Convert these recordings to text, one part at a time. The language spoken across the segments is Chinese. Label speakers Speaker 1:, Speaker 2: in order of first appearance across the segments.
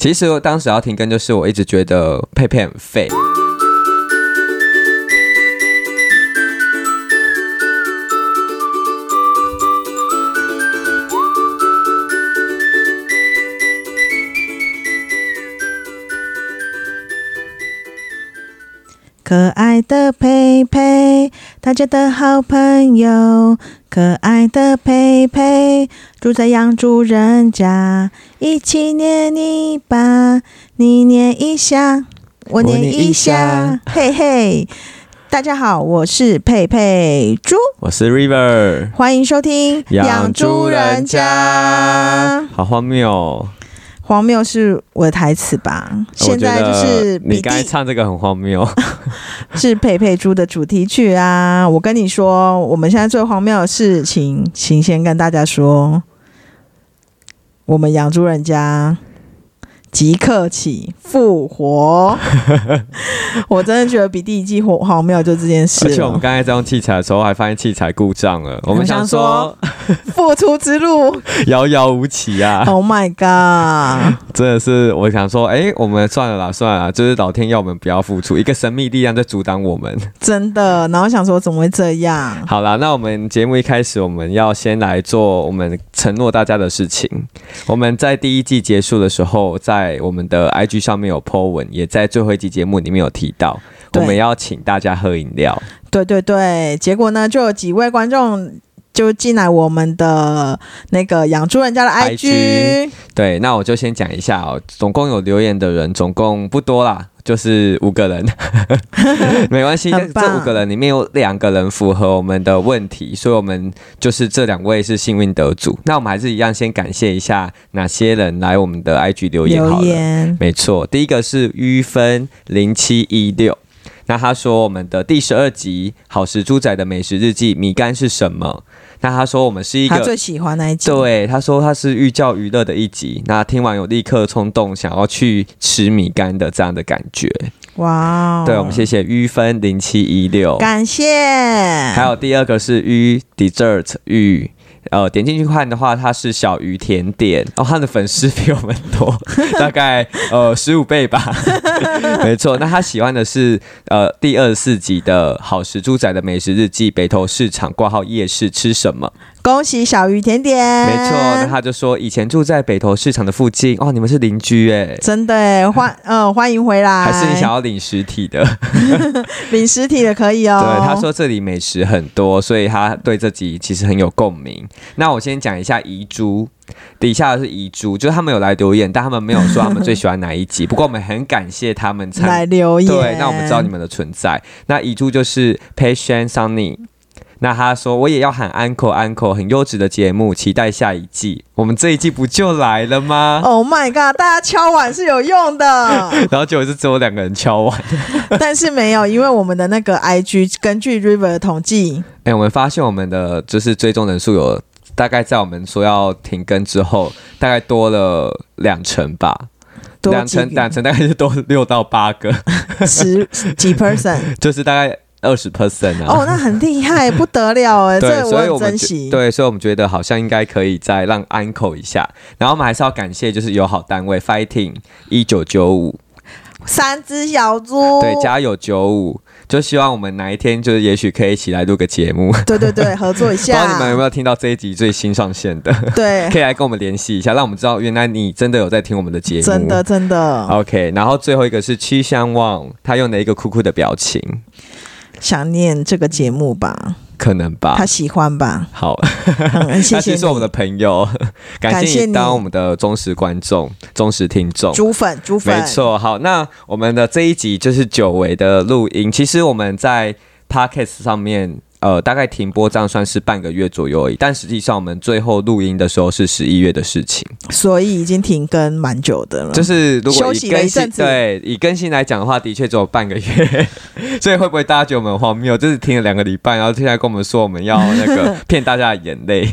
Speaker 1: 其实我当时要停更，就是我一直觉得佩佩很废。
Speaker 2: 可爱的佩佩，大家的好朋友。可爱的佩佩住在养猪人家，一起捏泥巴，你捏一下，我捏一下，嘿嘿。大家好，我是佩佩猪，
Speaker 1: 我是 River，
Speaker 2: 欢迎收听
Speaker 1: 好荒谬、哦！
Speaker 2: 荒谬是我的台词吧？现在就
Speaker 1: 我
Speaker 2: 是
Speaker 1: 觉得你
Speaker 2: 比啊
Speaker 1: 刚才
Speaker 2: 第
Speaker 1: 唱这个很荒 谬，
Speaker 2: 是佩佩猪的主题曲啊！我跟你说，我们现在最荒谬的事情，请先跟大家说，我们养猪人家即刻起 复活。我真的觉得比第一季荒荒谬就这件事
Speaker 1: 而且我们
Speaker 2: 了。
Speaker 1: 刚才在用器材的时候，还发现器材故障了。我们想说
Speaker 2: 复出 之路
Speaker 1: 遥遥无期啊，
Speaker 2: ，Oh my god！
Speaker 1: 真的是我想说，哎，我们算了啦，算了啦，就是老天要我们不要付出，一个神秘力量在阻挡我们。
Speaker 2: 真的，然后想说怎么会这样？
Speaker 1: 好啦，那我们节目一开始，我们要先来做我们承诺大家的事情。我们在第一季结束的时候，在我们的 IG 上面有 po 文，也在最后一集节目里面有提到，我
Speaker 2: 对
Speaker 1: 们要请大家喝饮料。
Speaker 2: 对对对，结果呢，就有几位观众就进来我们的那个养猪人家的
Speaker 1: IG
Speaker 2: IG，,
Speaker 1: 对，那我就先讲一下哦，总共有留言的人总共不多啦。就是五个 人，没关系。但
Speaker 2: 很棒
Speaker 1: 这五个人里面有两个人符合我们的问题，所以我们就是这两位是幸运得主。那我们还是一样先感谢一下哪些人来我们的 IG 留言好
Speaker 2: 留
Speaker 1: 了。
Speaker 2: 言，
Speaker 1: 没错，第一个是于分零七一六，那他说我们的第十二集《好食猪仔的美食日记》米干是什么？那他说我们是一
Speaker 2: 他
Speaker 1: 个
Speaker 2: 最喜欢那一集，
Speaker 1: 对，他说他是寓教于乐的一集，那听完有立刻冲动想要去吃米干的这样的感觉。
Speaker 2: 哇、哦，
Speaker 1: 对，我们谢谢于分零七一六，
Speaker 2: 感谢，
Speaker 1: 还有第二个是鱼 dessert 鱼。呃，点进去看的话，它是小鱼甜点哦，它的粉丝比我们 多，大概呃十五倍吧，没错。那他喜欢的是呃第二十四集的《好食猪仔的美食日记》，北投市场挂号夜市吃什么？
Speaker 2: 恭喜小鱼甜甜，
Speaker 1: 没错，那他就说以前住在北投市场的附近哦，你们是邻居哎，
Speaker 2: 真的耶欢呃欢迎回来，
Speaker 1: 还是你想要领实体的？
Speaker 2: 领实体的可以哦，
Speaker 1: 对，他说这里美食很多，所以他对这集其实很有共鸣。那我先讲一下遗珠，底下的是遗珠，就是他们有来留言，但他们没有说他们最喜欢哪一 集。不过我们很感谢他们
Speaker 2: 来
Speaker 1: 参，
Speaker 2: 留言，
Speaker 1: 对，那我们知道你们的存在。那遗珠就是 Patient Sunny。那他说：“我也要喊 uncle uncle，很优质的节目，期待下一季。我们这一季不就来了吗？
Speaker 2: ，Oh my god，大家敲碗是有用的。
Speaker 1: 然后结果是只有两个人敲完。
Speaker 2: 但是没有，因为我们的那个 IG 根据 River 的统计，
Speaker 1: 哎、我们发现我们的就是追踪人数有大概在我们说要停更之后，大概多了两成吧，
Speaker 2: 多
Speaker 1: 两
Speaker 2: 几
Speaker 1: 成两成大概是多六到八个，
Speaker 2: 十几 person，
Speaker 1: 就是大概二十 percent 啊。
Speaker 2: 哦，那很厉害，不得了哎，这
Speaker 1: 对，
Speaker 2: 个
Speaker 1: 所以
Speaker 2: 很
Speaker 1: 我们
Speaker 2: 珍
Speaker 1: 觉
Speaker 2: 惜。
Speaker 1: 对，所以我们觉得好像应该可以再让 uncle 一下，然后我们还是要感谢就是友好单位 fighting 一九九五，
Speaker 2: 三只小猪，
Speaker 1: 对，加油九五，就希望我们哪一天就是也许可以一起来录个节目，
Speaker 2: 对对对合作一
Speaker 1: 不知道你们有没
Speaker 2: 下，
Speaker 1: 有听到这一集最新上线的？
Speaker 2: 对，
Speaker 1: 可以来跟我们联系一下，让我们知道原来你真的有在听我们的节目。
Speaker 2: 真的真的
Speaker 1: OK，然后最后一个是七相望，他用了一个酷酷的表情，
Speaker 2: 想念这个节目吧，
Speaker 1: 可能吧
Speaker 2: 他。喜欢 吧，
Speaker 1: 好，
Speaker 2: 嗯， 谢
Speaker 1: 那
Speaker 2: 谢
Speaker 1: 其实我们的
Speaker 2: 你，
Speaker 1: 朋 友，感
Speaker 2: 感
Speaker 1: 谢
Speaker 2: 谢
Speaker 1: 你
Speaker 2: 你
Speaker 1: 当我们的忠实观众、忠实听众。
Speaker 2: 猪粉猪粉，
Speaker 1: 没错，好，那我们的这一集就是久违的录音。其实我们在 Podcast 上面，呃，大概停播这样算是半个月左右而已，但实际上我们最后录音的时候是十一月的事情。
Speaker 2: 所以已经停更蛮久的了，
Speaker 1: 就是如果
Speaker 2: 休
Speaker 1: 以
Speaker 2: 息了
Speaker 1: 更
Speaker 2: 一
Speaker 1: 新
Speaker 2: 阵子
Speaker 1: 对以更新来讲的话，的确只有半个月， 所以会不会大家觉得我们很荒谬？就是听了两个礼拜，然后现在跟我们说我们要那 个骗大家的眼泪。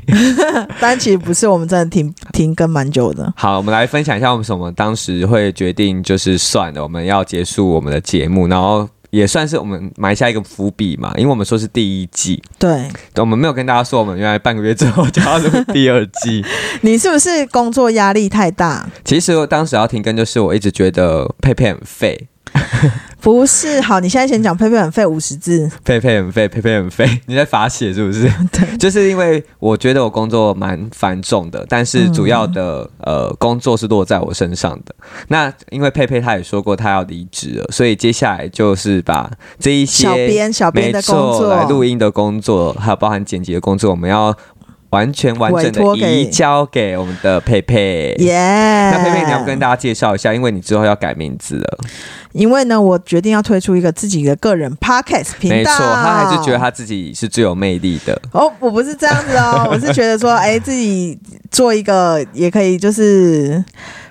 Speaker 2: 但其实不是，我们真的停停更蛮久的。
Speaker 1: 好，我们来分享一下我们什么当时会决定就是算了，我们要结束我们的节目，然后也算是我们埋下一个伏笔嘛，因为我们说是第一季，
Speaker 2: 对
Speaker 1: 对我们没有跟大家说我们原来半个月之后就要录第二季。
Speaker 2: 你是不是工作压力太大？
Speaker 1: 其实我当时要停更，就是我一直觉得佩佩很废，
Speaker 2: 不是，好，你现在先讲佩佩很费五十字，
Speaker 1: 佩佩很废，佩佩很废，你在发泄是不 是？对， 就是因为我觉得我工作蛮繁重的，但是主
Speaker 2: 嗯
Speaker 1: 要的、呃工作是落在我身上的。那因为佩佩她也说过她要离职了，所以接下来就是把这一些
Speaker 2: 小编小编
Speaker 1: 没
Speaker 2: 的工
Speaker 1: 错，来录
Speaker 2: 作，
Speaker 1: 音的工作，还有包含剪辑的工作，我们要完全完整
Speaker 2: 委托
Speaker 1: 的
Speaker 2: 给
Speaker 1: 移交给我们的佩佩。
Speaker 2: 耶、
Speaker 1: 那佩佩，你要跟大家介绍一下，因为你之后要改名字了。
Speaker 2: 因为呢，我决定要推出一个自己的个人 podcast 频道。
Speaker 1: 没错，他还是觉得他自己是最有魅力的。
Speaker 2: 哦，我不是这样 子哦，我是觉得说，哎，自己做一个也可以，就是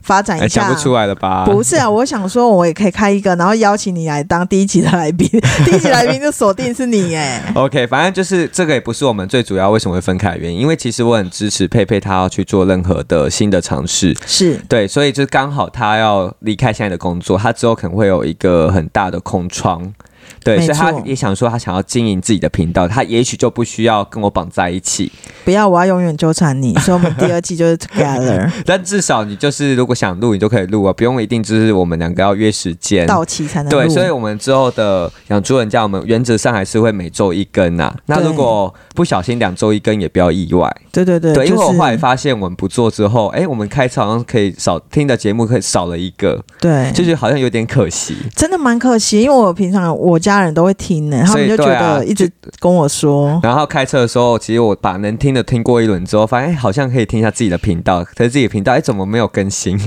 Speaker 2: 发展
Speaker 1: 哎，
Speaker 2: 一下。
Speaker 1: 想不出来了吧？
Speaker 2: 不是啊，我想说，我也可以开一个，然后邀请你来当第一期的 来宾。第一期来宾就锁定是你哎，
Speaker 1: OK，反正就是这个也不是我们最主要为什么会分开的原因，因为其实我很支持佩佩她要去做任何的新的尝试，
Speaker 2: 是
Speaker 1: 对，所以就刚好她要离开现在的工作，她之后可能会有一个很大的空窗，对，
Speaker 2: 没
Speaker 1: 所以她
Speaker 2: 错
Speaker 1: 也想说她想要经营自己的频道，她也许就不需要跟我绑在一起，
Speaker 2: 不要，我要永远纠缠你。所以我们第二季就 是 together
Speaker 1: 但至少你就是如果想录你就可以录啊，不用一定就是我们两个要约时间。
Speaker 2: 到期才能录。
Speaker 1: 对，所以我们之后的养猪人家，我们原则上还是会每周一更啊。那
Speaker 2: 对
Speaker 1: 如果不小心两周一更，也不要意外。
Speaker 2: 对对对，
Speaker 1: 对，因为我
Speaker 2: 就是
Speaker 1: 后来发现我们不做之后，哎、我们开场好像可以少听的节目可以少了一个，
Speaker 2: 对，
Speaker 1: 就是好像有点可 惜。
Speaker 2: 真的蛮可惜，因为我平常我家人都会听呢，他
Speaker 1: 所以
Speaker 2: 们就觉
Speaker 1: 对啊
Speaker 2: 得一直跟我说，
Speaker 1: 然后开车的时候，其实我把能听的听过一轮之后，发现哎、好像可以听一下自己的频道，可是自己的频道哎、怎么没有更 新？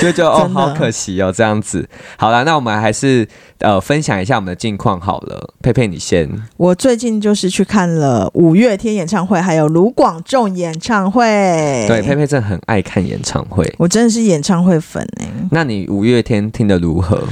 Speaker 1: 就觉得哦，
Speaker 2: 真的
Speaker 1: 好可惜哦，这样子。好啦，那我们还是呃分享一下我们的近况好了。佩佩，你先。
Speaker 2: 我最近就是去看了五月天演唱会，还有卢广仲演唱会。嗯
Speaker 1: 对，佩，佩真的很爱看演唱会。
Speaker 2: 我真的是演唱会粉哎、
Speaker 1: 那你五月天听得如何？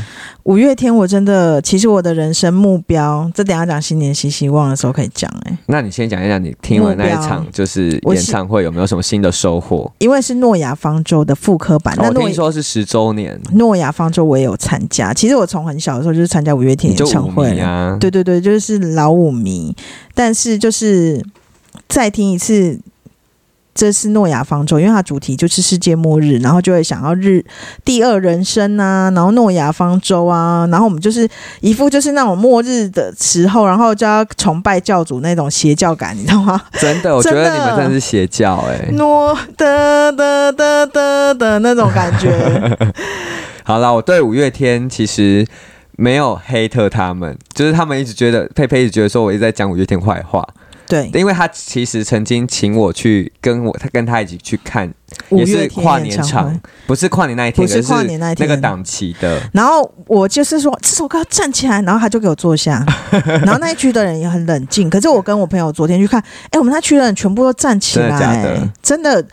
Speaker 2: 五月天我真的，其实我的人生目标，这等一下讲新年新希望的时候可以讲哎、
Speaker 1: 那你先讲一讲你听完那一
Speaker 2: 目
Speaker 1: 场就是
Speaker 2: 我
Speaker 1: 演
Speaker 2: 是
Speaker 1: 唱会有没有什么新的收获？
Speaker 2: 因为是诺亚方舟的复刻版，
Speaker 1: 哦
Speaker 2: 啊那
Speaker 1: 我
Speaker 2: 诺
Speaker 1: 听说是十周年，
Speaker 2: 诺亚方舟我也有参加。其实我从很小的时候就是参加五月天
Speaker 1: 你
Speaker 2: 演
Speaker 1: 就
Speaker 2: 唱
Speaker 1: 五
Speaker 2: 会
Speaker 1: 迷
Speaker 2: 了，
Speaker 1: 啊，
Speaker 2: 对对对，就是老舞迷，但是就是再听一次。这是诺亚方舟，因为它主题就是世界末日，然后就会想要日第二人生啊，然后诺亚方舟啊，然后我们就是一副就是那种末日的时候，然后就要崇拜教主那种邪教感，你知道吗？
Speaker 1: 真的，我觉
Speaker 2: 真
Speaker 1: 得
Speaker 2: 的
Speaker 1: 你们真的是邪教哎、
Speaker 2: 诺的的的的的那种感 觉，
Speaker 1: 好啦，我对五月天其实没有黑特他们，就是他们一直觉得佩佩一直觉得说我一直在讲五月天坏话，
Speaker 2: 对，
Speaker 1: 因为他其实曾经请我去跟我他跟他一起去看，
Speaker 2: 五
Speaker 1: 也
Speaker 2: 月
Speaker 1: 是跨
Speaker 2: 天演
Speaker 1: 年
Speaker 2: 唱会
Speaker 1: 场。，不是跨年那一天，
Speaker 2: 不是跨
Speaker 1: 可
Speaker 2: 年那一
Speaker 1: 那
Speaker 2: 天
Speaker 1: 个档期的。
Speaker 2: 然后我就是说这首歌要站起来，然后他就给我 坐下，然后那一区的人也很冷静。可是我跟我朋友昨天去看，哎，我们那区的人全部都站起来，
Speaker 1: 真的假的
Speaker 2: 真的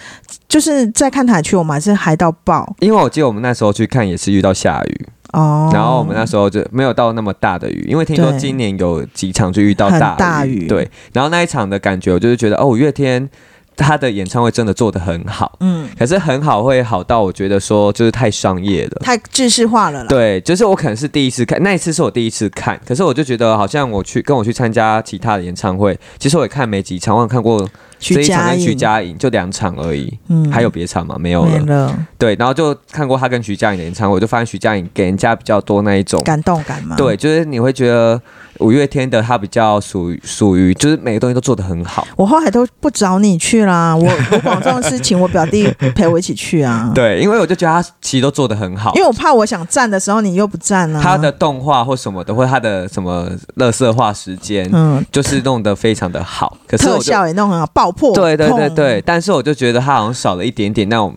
Speaker 2: 就是在看台区，我们还是嗨到爆
Speaker 1: 因为我记得我们那时候去看也是遇到下雨，
Speaker 2: 哦。
Speaker 1: 然后我们那时候就没有到那么大的雨，因为听说
Speaker 2: 对
Speaker 1: 今年有几场就遇到大
Speaker 2: 很大雨
Speaker 1: 对。然后那一场的感觉，我就是觉得哦，五月天他的演唱会真的做得很好，
Speaker 2: 嗯，
Speaker 1: 可是很好会好到我觉得说就是太商业了。
Speaker 2: 太制式化了啦。
Speaker 1: 对，就是我可能是第一次看，那一次是我第一次看，可是我就觉得好像我去跟我去参加其他的演唱会，其实我也看没几场，我好像看过这
Speaker 2: 徐
Speaker 1: 一场
Speaker 2: 佳
Speaker 1: 跟
Speaker 2: 莹，
Speaker 1: 徐佳莹就两场而已，
Speaker 2: 嗯
Speaker 1: 还有别场吗？没有
Speaker 2: 没
Speaker 1: 了。
Speaker 2: 了，
Speaker 1: 对，然后就看过他跟徐佳莹的演唱会，我就发现徐佳莹给人家比较多那一种
Speaker 2: 感嗯动感嘛。
Speaker 1: 对，就是你会觉得五月天的他比较属于属于，就是每个东西都做得很好。
Speaker 2: 我后来都不找你去啦，我我广州的事情，我表弟陪我一起去啊，
Speaker 1: 对，因为我就觉得他其实都做得很好
Speaker 2: 因。为我怕我想站的时候你又不站啊。
Speaker 1: 他的动画或什么的，或他的什么乐色化时间，
Speaker 2: 嗯
Speaker 1: 就是弄得非常的好。可是我
Speaker 2: 特
Speaker 1: 就
Speaker 2: 效也弄很好，爆破，
Speaker 1: 对对对
Speaker 2: 砰
Speaker 1: 对，但是我就觉得他好像少了一点点那种，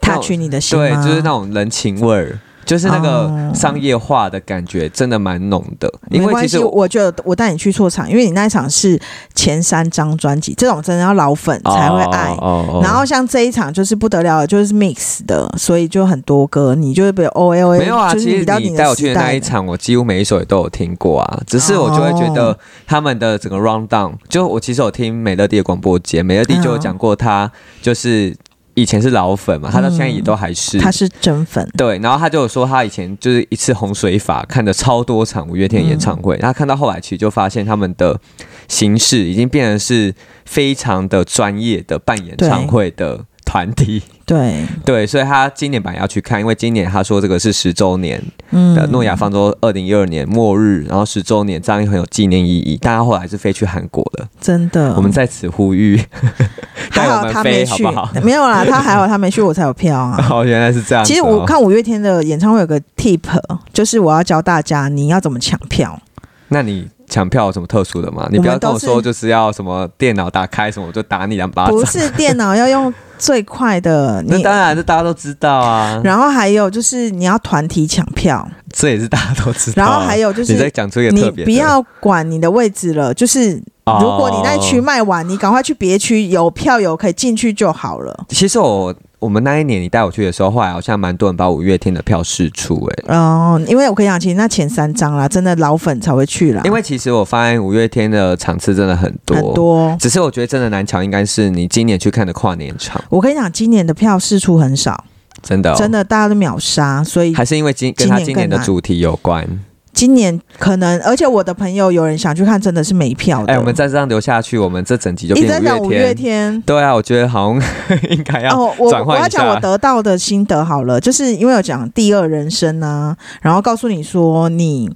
Speaker 2: 踏取你的心
Speaker 1: 对，
Speaker 2: 吗
Speaker 1: 就是那种人情味儿，就是那
Speaker 2: 哦
Speaker 1: 个商业化的感觉，真的蛮浓的。因
Speaker 2: 没
Speaker 1: 为
Speaker 2: 关
Speaker 1: 其
Speaker 2: 系，
Speaker 1: 实我
Speaker 2: 我觉得我带你去错场，因为你那一场是前三张专辑，这种真的要老粉才会爱。
Speaker 1: 哦哦哦
Speaker 2: 然后像这一场就是不得了了，就是 mix 的，所以就很多歌，你就是比如 O L A，
Speaker 1: 没有啊，
Speaker 2: 就
Speaker 1: 其
Speaker 2: 是比
Speaker 1: 实
Speaker 2: 较
Speaker 1: 你
Speaker 2: 的
Speaker 1: 带我
Speaker 2: 时
Speaker 1: 去的
Speaker 2: 代
Speaker 1: 那一
Speaker 2: 的，
Speaker 1: 场，我几乎每一首也都有听过啊。只是我就会觉
Speaker 2: 哦
Speaker 1: 得他们的整个
Speaker 2: 嗯
Speaker 1: round down，、就我其实有听美乐蒂的广播节，美乐蒂就有讲过，他就是以前是老粉嘛，他到现在也
Speaker 2: 嗯
Speaker 1: 都还是。
Speaker 2: 他是真粉，
Speaker 1: 对，然后他就有说，他以前就是一次洪水法看的超多场五月天的演唱
Speaker 2: 嗯
Speaker 1: 会，然后看到后来其实就发现他们的形式已经变成是非常的专业的办演唱会的团体，
Speaker 2: 对，
Speaker 1: 对，所以他今年版要去看，因为今年他说这个是十周年的
Speaker 2: 嗯，
Speaker 1: 诺亚方舟二零一二年末日，然后十周年，这样很有纪念意义。但他后来是飞去韩国的，
Speaker 2: 真的，
Speaker 1: 我们在此呼吁，带
Speaker 2: 还
Speaker 1: 我
Speaker 2: 好
Speaker 1: 们
Speaker 2: 他
Speaker 1: 飞
Speaker 2: 没
Speaker 1: 好
Speaker 2: 去
Speaker 1: 不好？，
Speaker 2: 没有 啦，他还好他没去，我才有票啊。
Speaker 1: 哦，原来是这样子哦。
Speaker 2: 其实我看五月天的演唱会有个 tip，就是我要教大家你要怎么抢票。
Speaker 1: 那你抢票有什么特殊的吗？你
Speaker 2: 我们
Speaker 1: 不要跟
Speaker 2: 都
Speaker 1: 我
Speaker 2: 是
Speaker 1: 说就是要什么电脑打开什么，我就打你两巴掌
Speaker 2: 不。是电脑要用最快的，
Speaker 1: 啊 那
Speaker 2: 你
Speaker 1: 当然，这大家都知道啊，
Speaker 2: 然后还有就是你要团体抢票，
Speaker 1: 这也是大家都知道
Speaker 2: 然
Speaker 1: 啊、
Speaker 2: 后还有就
Speaker 1: 你再
Speaker 2: 是
Speaker 1: 讲出一个
Speaker 2: 你
Speaker 1: 特别的，
Speaker 2: 不要管你的位置了，就是
Speaker 1: 哦
Speaker 2: 如果你那一区卖完，你赶快去别区，有票有可以进去就好了。
Speaker 1: 其实我我们那一年你带我去的时候，后来好像蛮多人把五月天的票试出、欸，
Speaker 2: 嗯，因为我跟你讲，其实那前三张啦，真的老粉才会去啦，
Speaker 1: 因为其实我发现五月天的场次真的很多，
Speaker 2: 啊很多。
Speaker 1: 只是我觉得真的难抢，应该是你今年去看的跨年场，
Speaker 2: 我跟你讲，今年的票试出很少，
Speaker 1: 真的、哦、
Speaker 2: 真的大家都秒杀，所以
Speaker 1: 还是因为今跟他今
Speaker 2: 今年
Speaker 1: 年
Speaker 2: 更
Speaker 1: 的
Speaker 2: 难
Speaker 1: 主题有关。
Speaker 2: 今年可能，而且我的朋友有人想去看，真的是没票的。
Speaker 1: 哎、我们再这样留下去，我们这整集就
Speaker 2: 一直在
Speaker 1: 变
Speaker 2: 讲
Speaker 1: 五
Speaker 2: 五
Speaker 1: 月
Speaker 2: 月
Speaker 1: 天。
Speaker 2: 天，
Speaker 1: 对啊，我觉得好像 应该要、
Speaker 2: 哦，我
Speaker 1: 转换
Speaker 2: 我
Speaker 1: 一
Speaker 2: 要讲
Speaker 1: 下
Speaker 2: 我得到的心得好了，就是因为有讲第二人生啊，然后告诉你说你。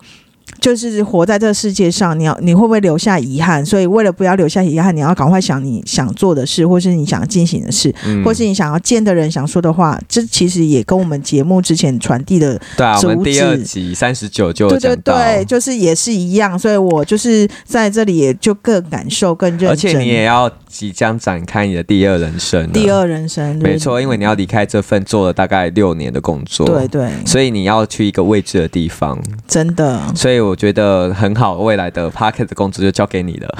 Speaker 2: 就是活在这个世界上，你要你会不会留下遗憾？所以为了不要留下遗憾，你要赶快想你想做的事，或是你想进行的事，
Speaker 1: 嗯
Speaker 2: 或是你想要见的人、想说的话。这其实也跟我们节目之前传递的，
Speaker 1: 对啊，我们
Speaker 2: 阻
Speaker 1: 第二
Speaker 2: 止
Speaker 1: 集三十九就有
Speaker 2: 对对
Speaker 1: 讲到，
Speaker 2: 对，就是也是一样。所以我就是在这里也就更感受、更认真。
Speaker 1: 而且你也要即将展开你的第二人生了。
Speaker 2: 第，二人生，
Speaker 1: 没错，因为你要离开这份做了大概六年的工作，
Speaker 2: 对，对，
Speaker 1: 所以你要去一个未知的地方，
Speaker 2: 真的
Speaker 1: 所以我觉得很好，未来的 p o c k e t 的工作就交给你了，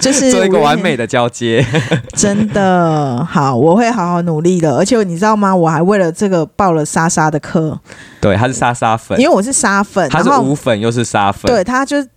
Speaker 2: 就是
Speaker 1: 做一个
Speaker 2: 五月
Speaker 1: 完
Speaker 2: 天
Speaker 1: 美的交接。
Speaker 2: 真的好，我会好好努力的。而且你知道吗？我还为了这个报了莎莎的课，
Speaker 1: 对，他是莎莎粉
Speaker 2: 因，为我是莎粉，
Speaker 1: 他
Speaker 2: 然
Speaker 1: 是
Speaker 2: 后
Speaker 1: 无粉又是莎粉，
Speaker 2: 对他就是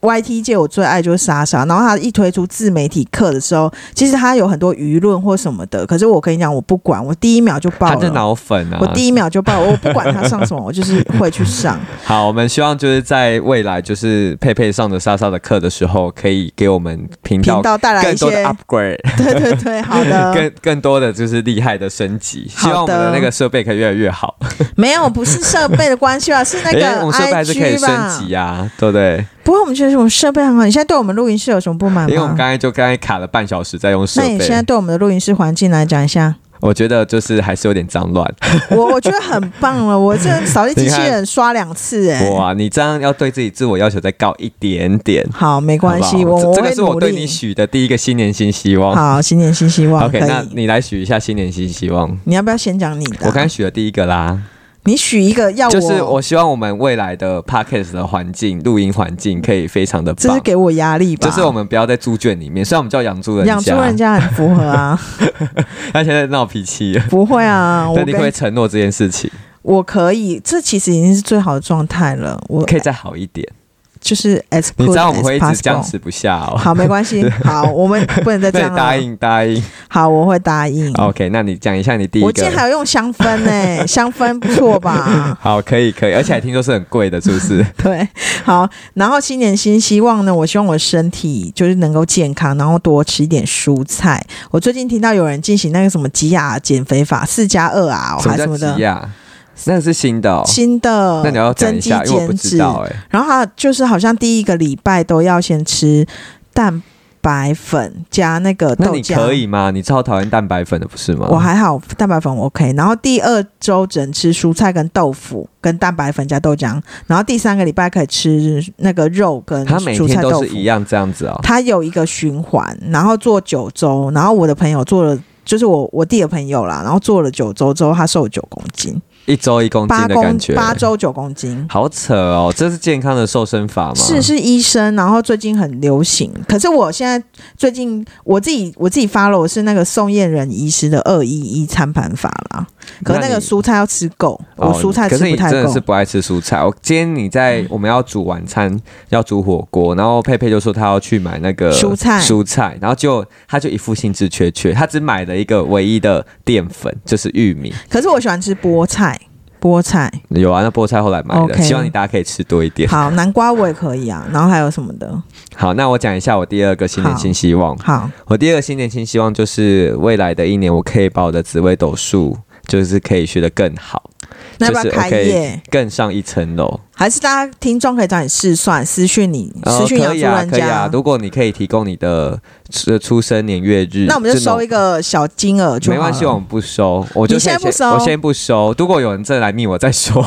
Speaker 2: YT 界我最爱就是莎莎。然后他一推出自媒体课的时候，其实他有很多舆论或什么的，可是我跟你讲，我不管，我第一秒就
Speaker 1: 他
Speaker 2: 报
Speaker 1: 是
Speaker 2: 了。
Speaker 1: 脑粉啊。
Speaker 2: 我第一秒就报，我不管他上什么，我就是会去上。
Speaker 1: 好，我们希望就是在未来，就是佩佩上着莎莎的课的时候，可以给我们频
Speaker 2: 频
Speaker 1: 道
Speaker 2: 道带来一
Speaker 1: 更多的
Speaker 2: 些，
Speaker 1: upgrade，
Speaker 2: 对 对对，好的，
Speaker 1: 更更多的就是厉害的升级。希望
Speaker 2: 好
Speaker 1: 我
Speaker 2: 的
Speaker 1: 们的那个设备可以越来越好，
Speaker 2: 没有不是设备的关系吧，啊是 那
Speaker 1: 因为我
Speaker 2: 个
Speaker 1: 们设备还是可以
Speaker 2: IG
Speaker 1: 升
Speaker 2: 吧
Speaker 1: 级。啊，对不对？
Speaker 2: 不过我们觉得我们设备很好，你现在对我们录音室有什么不满吗？
Speaker 1: 因为我们刚才就刚才卡了半小时在用设
Speaker 2: 嗯那你现在
Speaker 1: 备，
Speaker 2: 对我们的录音室环境来讲 一下，
Speaker 1: 我觉得就是还是有点脏乱。
Speaker 2: 我我觉得很棒了，我这扫地机器
Speaker 1: 你
Speaker 2: 人刷两次哎、
Speaker 1: 哇，你这样要对自己自我要求再高一点点，
Speaker 2: 好，没关系，
Speaker 1: 好不
Speaker 2: 我
Speaker 1: 好这
Speaker 2: 我
Speaker 1: 这
Speaker 2: 会
Speaker 1: 个是我
Speaker 2: 努
Speaker 1: 对你
Speaker 2: 力。
Speaker 1: 许的第一个新年新希望。
Speaker 2: 好，新年新希望
Speaker 1: OK，
Speaker 2: 可
Speaker 1: 那
Speaker 2: 以。
Speaker 1: 你来许一下新年新希望。
Speaker 2: 你要不要先讲你的啊？
Speaker 1: 我刚才许了第一个啦。
Speaker 2: 你许一个要我，
Speaker 1: 就是我希望我们未来的 podcast 的环境、录音环境可以非常的
Speaker 2: 这是
Speaker 1: 棒。
Speaker 2: 给我压力吧？
Speaker 1: 就是我们不要在猪圈里面，虽然我们叫养猪人家，
Speaker 2: 养猪人家很符合 啊，
Speaker 1: 他现在闹脾气了。
Speaker 2: 不会啊，我
Speaker 1: 但你可不可以
Speaker 2: 跟
Speaker 1: 承诺这件事情
Speaker 2: 我可以，这其实已经是最好的状态了。我
Speaker 1: 可以再好一点？
Speaker 2: 就是 as
Speaker 1: 你
Speaker 2: good
Speaker 1: 知道我们
Speaker 2: as
Speaker 1: 会一直
Speaker 2: possible
Speaker 1: 僵持不下哦。
Speaker 2: 好，没 关系，好，我们不能再这
Speaker 1: 那你
Speaker 2: 样啊
Speaker 1: 答
Speaker 2: 了。
Speaker 1: 应答应
Speaker 2: 好，我会答应。
Speaker 1: ，OK？那你讲一下你第一
Speaker 2: 我今天还
Speaker 1: 个。
Speaker 2: 有用香氛 呢、香氛不错吧？
Speaker 1: 好，可以可以，而且还听说是很贵的，是不是？
Speaker 2: 对，好。然后新年新希望呢，我希望我身体就是能够健康，然后多吃一点蔬菜。我最近听到有人进行那个什么吉雅减肥法，四加二啊，
Speaker 1: 什么
Speaker 2: 还什
Speaker 1: 叫
Speaker 2: 么
Speaker 1: 吉
Speaker 2: 的。
Speaker 1: 亚？那个是新的哦。
Speaker 2: 新的，
Speaker 1: 那你要讲
Speaker 2: 增
Speaker 1: 一
Speaker 2: 肌
Speaker 1: 下，因为我不
Speaker 2: 减
Speaker 1: 知
Speaker 2: 脂，
Speaker 1: 道哎。
Speaker 2: 然后它就是好像第一个礼拜都要先吃蛋白粉加那个
Speaker 1: 那
Speaker 2: 豆
Speaker 1: 你
Speaker 2: 浆，
Speaker 1: 可以吗？你超讨厌蛋白粉的，不是吗？
Speaker 2: 我还好，蛋白粉我 OK。然后第二周只能吃蔬菜跟豆腐，跟蛋白粉加豆浆。然后第三个礼拜可以吃那个肉跟
Speaker 1: 他每
Speaker 2: 蔬
Speaker 1: 天
Speaker 2: 菜豆
Speaker 1: 都
Speaker 2: 腐
Speaker 1: 是。一样这样子哦。
Speaker 2: 它有一个循环，然后做九周。然后我的朋友做了，就是我我弟的朋友啦，然后做了九周之后，他瘦九公斤。
Speaker 1: 一周一公斤
Speaker 2: 八
Speaker 1: 的感
Speaker 2: 公
Speaker 1: 觉，
Speaker 2: 八周九公斤。
Speaker 1: 好扯哦！这是健康的瘦身法吗？
Speaker 2: 是是医生，然后最近很流行。可是我现在最近我自己我自己发了，我是那个宋燕人医师的二一一餐盘法啦。可是那
Speaker 1: 那
Speaker 2: 个
Speaker 1: 你
Speaker 2: 蔬菜要吃够，
Speaker 1: 哦
Speaker 2: 我蔬菜
Speaker 1: 可
Speaker 2: 吃
Speaker 1: 是
Speaker 2: 不
Speaker 1: 你
Speaker 2: 太
Speaker 1: 真的
Speaker 2: 够
Speaker 1: 是。不爱吃蔬菜。我今天你在我们要煮晚餐，要煮火锅，然后佩佩就说她要去买那个
Speaker 2: 蔬菜
Speaker 1: 蔬菜，然后就她就一副兴致缺缺，她只买了一个唯一的淀粉，就是玉米。
Speaker 2: 可是我喜欢吃菠菜，菠菜
Speaker 1: 有啊，那菠菜后来买的
Speaker 2: OK
Speaker 1: 希望你大家可以吃多一点。
Speaker 2: 好，南瓜我也可以啊。然后还有什么的？
Speaker 1: 好，那我讲一下我第二个新年
Speaker 2: 好
Speaker 1: 新希望。
Speaker 2: 好，
Speaker 1: 我第二个新年新希望就是未来的一年，我可以把我的紫微斗数就是可以学得更好，
Speaker 2: 那要不
Speaker 1: 就
Speaker 2: 要
Speaker 1: 是
Speaker 2: 开
Speaker 1: OK
Speaker 2: 业？
Speaker 1: 更上一层楼。
Speaker 2: 还是大家听众可以找你试算，私讯你，
Speaker 1: 哦
Speaker 2: 私讯
Speaker 1: 可
Speaker 2: 杨主
Speaker 1: 以啊，
Speaker 2: 任
Speaker 1: 可以啊
Speaker 2: 家。。
Speaker 1: 如果你可以提供你的出出生年月日，
Speaker 2: 那我们就
Speaker 1: 这种
Speaker 2: 收一个小金额就
Speaker 1: 没
Speaker 2: 好了。
Speaker 1: 关系，我们不收，我就
Speaker 2: 你现在不
Speaker 1: 先
Speaker 2: 收
Speaker 1: 我先不收。如果有人再来密我再 说。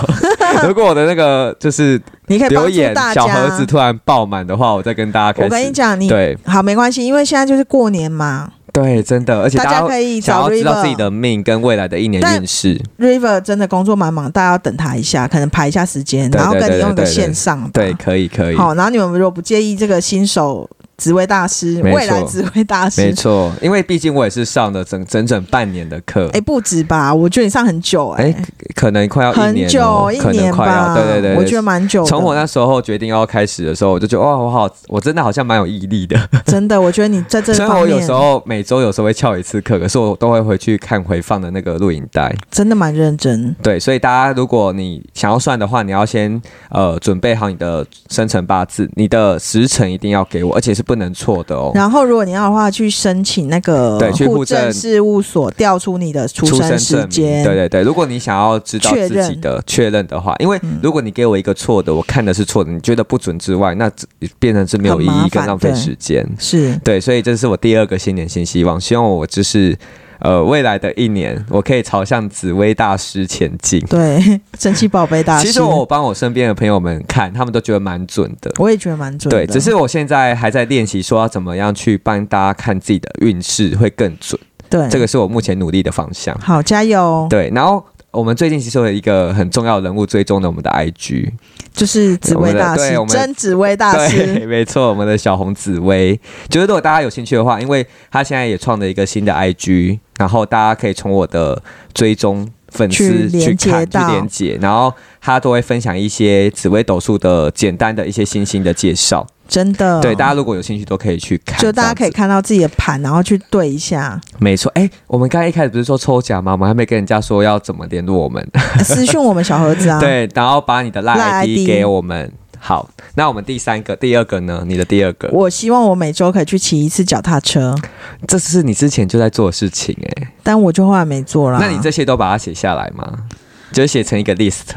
Speaker 1: 如果我的那个就是
Speaker 2: 你可以
Speaker 1: 留
Speaker 2: 帮助
Speaker 1: 言
Speaker 2: 大家。
Speaker 1: 小盒子突然爆满的话，我再跟大家开始。
Speaker 2: 我跟你讲，你
Speaker 1: 对
Speaker 2: 好，没关系，因为现在就是过年嘛，
Speaker 1: 对，真的，而且
Speaker 2: 大
Speaker 1: 大
Speaker 2: 家
Speaker 1: 家
Speaker 2: 可以
Speaker 1: 想要
Speaker 2: 找
Speaker 1: 知道自己
Speaker 2: River。
Speaker 1: 的命跟未来的一年
Speaker 2: 但
Speaker 1: 运势，
Speaker 2: River 真的工作蛮忙，大家要等他一下，可能排一下时间，
Speaker 1: 对
Speaker 2: 然后跟
Speaker 1: 对
Speaker 2: 你用
Speaker 1: 对
Speaker 2: 一个
Speaker 1: 对
Speaker 2: 线上吧
Speaker 1: 对，可以可以，
Speaker 2: 好，然后你们如果不介意这个新手紫薇大师，
Speaker 1: 没错
Speaker 2: 未来紫薇大
Speaker 1: 没
Speaker 2: 师，
Speaker 1: 错，因为毕竟我也是上了整整整半年的课，
Speaker 2: 哎，不止吧？我觉得你上很久哎
Speaker 1: 哎，可能快要一
Speaker 2: 很
Speaker 1: 年
Speaker 2: 久
Speaker 1: 哦，，
Speaker 2: 一
Speaker 1: 可能
Speaker 2: 年
Speaker 1: 快
Speaker 2: 吧？
Speaker 1: 要，对对对，
Speaker 2: 我觉得蛮久的。
Speaker 1: 从我那时候决定要开始的时候，我就觉得哇，我好，我真的好像蛮有毅力的。
Speaker 2: 真的，我觉得你 在 这
Speaker 1: 虽然
Speaker 2: 方
Speaker 1: 我有时
Speaker 2: 面
Speaker 1: 候每周有时候会翘一次课，可是我都会回去看回放的那个录影带。
Speaker 2: 真的蛮认真。
Speaker 1: 对，所以大家如果你想要算的话，你要先呃准备好你的生辰八字，你的时辰一定要给我，而且是不能错的哦。
Speaker 2: 然后，如果你要的话，去申请那个
Speaker 1: 对去
Speaker 2: 户
Speaker 1: 户政
Speaker 2: 政事务所调出你的出
Speaker 1: 生
Speaker 2: 生
Speaker 1: 证
Speaker 2: 时
Speaker 1: 明
Speaker 2: 间。
Speaker 1: 对对对，如果你想要知道
Speaker 2: 确
Speaker 1: 自己
Speaker 2: 认嗯
Speaker 1: 的确认的话，因为如果你给我一个错的，我看的是错的，你觉得不准之外，那只变成是没有
Speaker 2: 很
Speaker 1: 意
Speaker 2: 麻
Speaker 1: 义跟
Speaker 2: 烦
Speaker 1: 浪费
Speaker 2: 对
Speaker 1: 时间。
Speaker 2: 是
Speaker 1: 对，所以这是我第二个新年新希望，希望我就是呃未来的一年，我可以朝向紫薇大师前进。
Speaker 2: 对， 神奇宝贝大师。
Speaker 1: 其实我帮我身边的朋友们看，他们都觉得蛮准的。
Speaker 2: 我也觉得蛮准的。
Speaker 1: 对，只是我现在还在练习，说要怎么样去帮大家看自己的运势会更准，
Speaker 2: 对
Speaker 1: 这个是我目前努力的方向。
Speaker 2: 好加油，
Speaker 1: 对，然后我们最近其实有一个很重要的人物追踪了我们的 IG，
Speaker 2: 就是紫薇大
Speaker 1: 对
Speaker 2: 师
Speaker 1: 我，们
Speaker 2: 真紫薇大
Speaker 1: 对，
Speaker 2: 师。
Speaker 1: 没错，我们的小红紫薇。就是如果大家有兴趣的话，因为她现在也创了一个新的 IG，然后大家可以从我的追踪粉丝
Speaker 2: 去连
Speaker 1: 去看去
Speaker 2: 接到
Speaker 1: 连接，然后她都会分享一些紫薇斗数的简单的一些星星的介绍。
Speaker 2: 真的，
Speaker 1: 对，大家如果有兴趣都可以去看，
Speaker 2: 嗯就大家可以
Speaker 1: 这样
Speaker 2: 看到自己的盘，然后去对 一下，
Speaker 1: 子。没错，哎，我们刚才一开始不是说抽奖吗？我们还没跟人家说要怎么联络我们。
Speaker 2: 私讯我们小盒子啊。，
Speaker 1: 对，然后把你的
Speaker 2: 赖
Speaker 1: LINE ID
Speaker 2: ID
Speaker 1: 给我们。好，那我们第三个、第二个呢？你的第二个，
Speaker 2: 我希望我每周可以去骑一次脚踏车，
Speaker 1: 这是你之前就在做的事情哎、
Speaker 2: 但我就后来没做啦。
Speaker 1: 那你这些都把它写下来吗？就写成一个 list。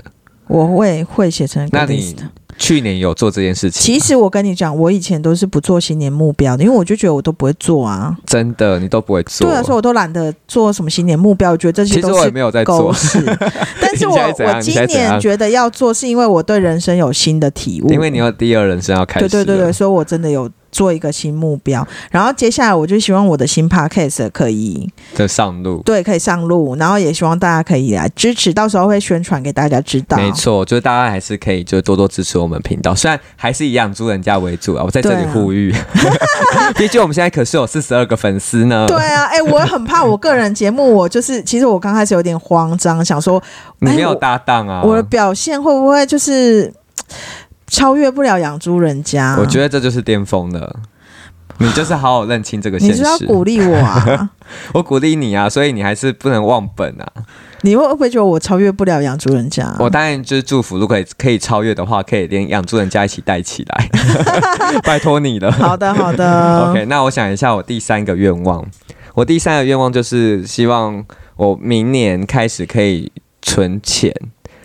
Speaker 2: 我会会写成一个
Speaker 1: 那
Speaker 2: list
Speaker 1: 你。去年有做这件事情
Speaker 2: 其
Speaker 1: 吗，
Speaker 2: 实我跟你讲，我以前都是不做新年目标的，因为我就觉得我都不会做啊。
Speaker 1: 真的你都不会做。
Speaker 2: 对啊，所以我都懒得做什么新年目标，我觉得这
Speaker 1: 其
Speaker 2: 些
Speaker 1: 实
Speaker 2: 都
Speaker 1: 我也
Speaker 2: 是
Speaker 1: 没有在
Speaker 2: 狗
Speaker 1: 做，
Speaker 2: 屎。但是我
Speaker 1: 你现在怎样
Speaker 2: 我
Speaker 1: 你
Speaker 2: 今
Speaker 1: 现在怎
Speaker 2: 年
Speaker 1: 样
Speaker 2: 觉得要做，是因为我对人生有新的体悟。
Speaker 1: 因为你有第二人生要开始
Speaker 2: 对
Speaker 1: 了。
Speaker 2: 对对对，所以我真的有做一个新目标。然后接下来我就希望我的新 podcast 可以
Speaker 1: 就上路。
Speaker 2: 对可以上路，然后也希望大家可以来支持，到时候会宣传给大家知道。
Speaker 1: 没错，就是大家还是可以就多多支持我们频道，虽然还是以养猪人家为主啊，我在这里
Speaker 2: 对啊
Speaker 1: 呼吁， 毕竟我们现在可是有四十二个粉丝呢。
Speaker 2: 对啊，哎、我很怕我个人节目，我就是其实我刚开始有点慌张，想说
Speaker 1: 你
Speaker 2: 哎
Speaker 1: 没有
Speaker 2: 我
Speaker 1: 搭档啊！
Speaker 2: 我的表现会不会就是超越不了养猪人家？
Speaker 1: 我觉得这就是巅峰了。你就是好好认清这个
Speaker 2: 你
Speaker 1: 现
Speaker 2: 是要
Speaker 1: 实。
Speaker 2: 鼓励我啊！
Speaker 1: 我鼓励你啊，所以你还是不能忘本啊。
Speaker 2: 你会不会觉得我超越不了养猪人家？
Speaker 1: 我当然就是祝福，如果可以超越的话，可以连养猪人家一起带起来， 拜托你 了。
Speaker 2: 好的，好 的。
Speaker 1: OK，那我想一下，我第三个愿望，我第三个愿望就是希望我明年开始可以存钱。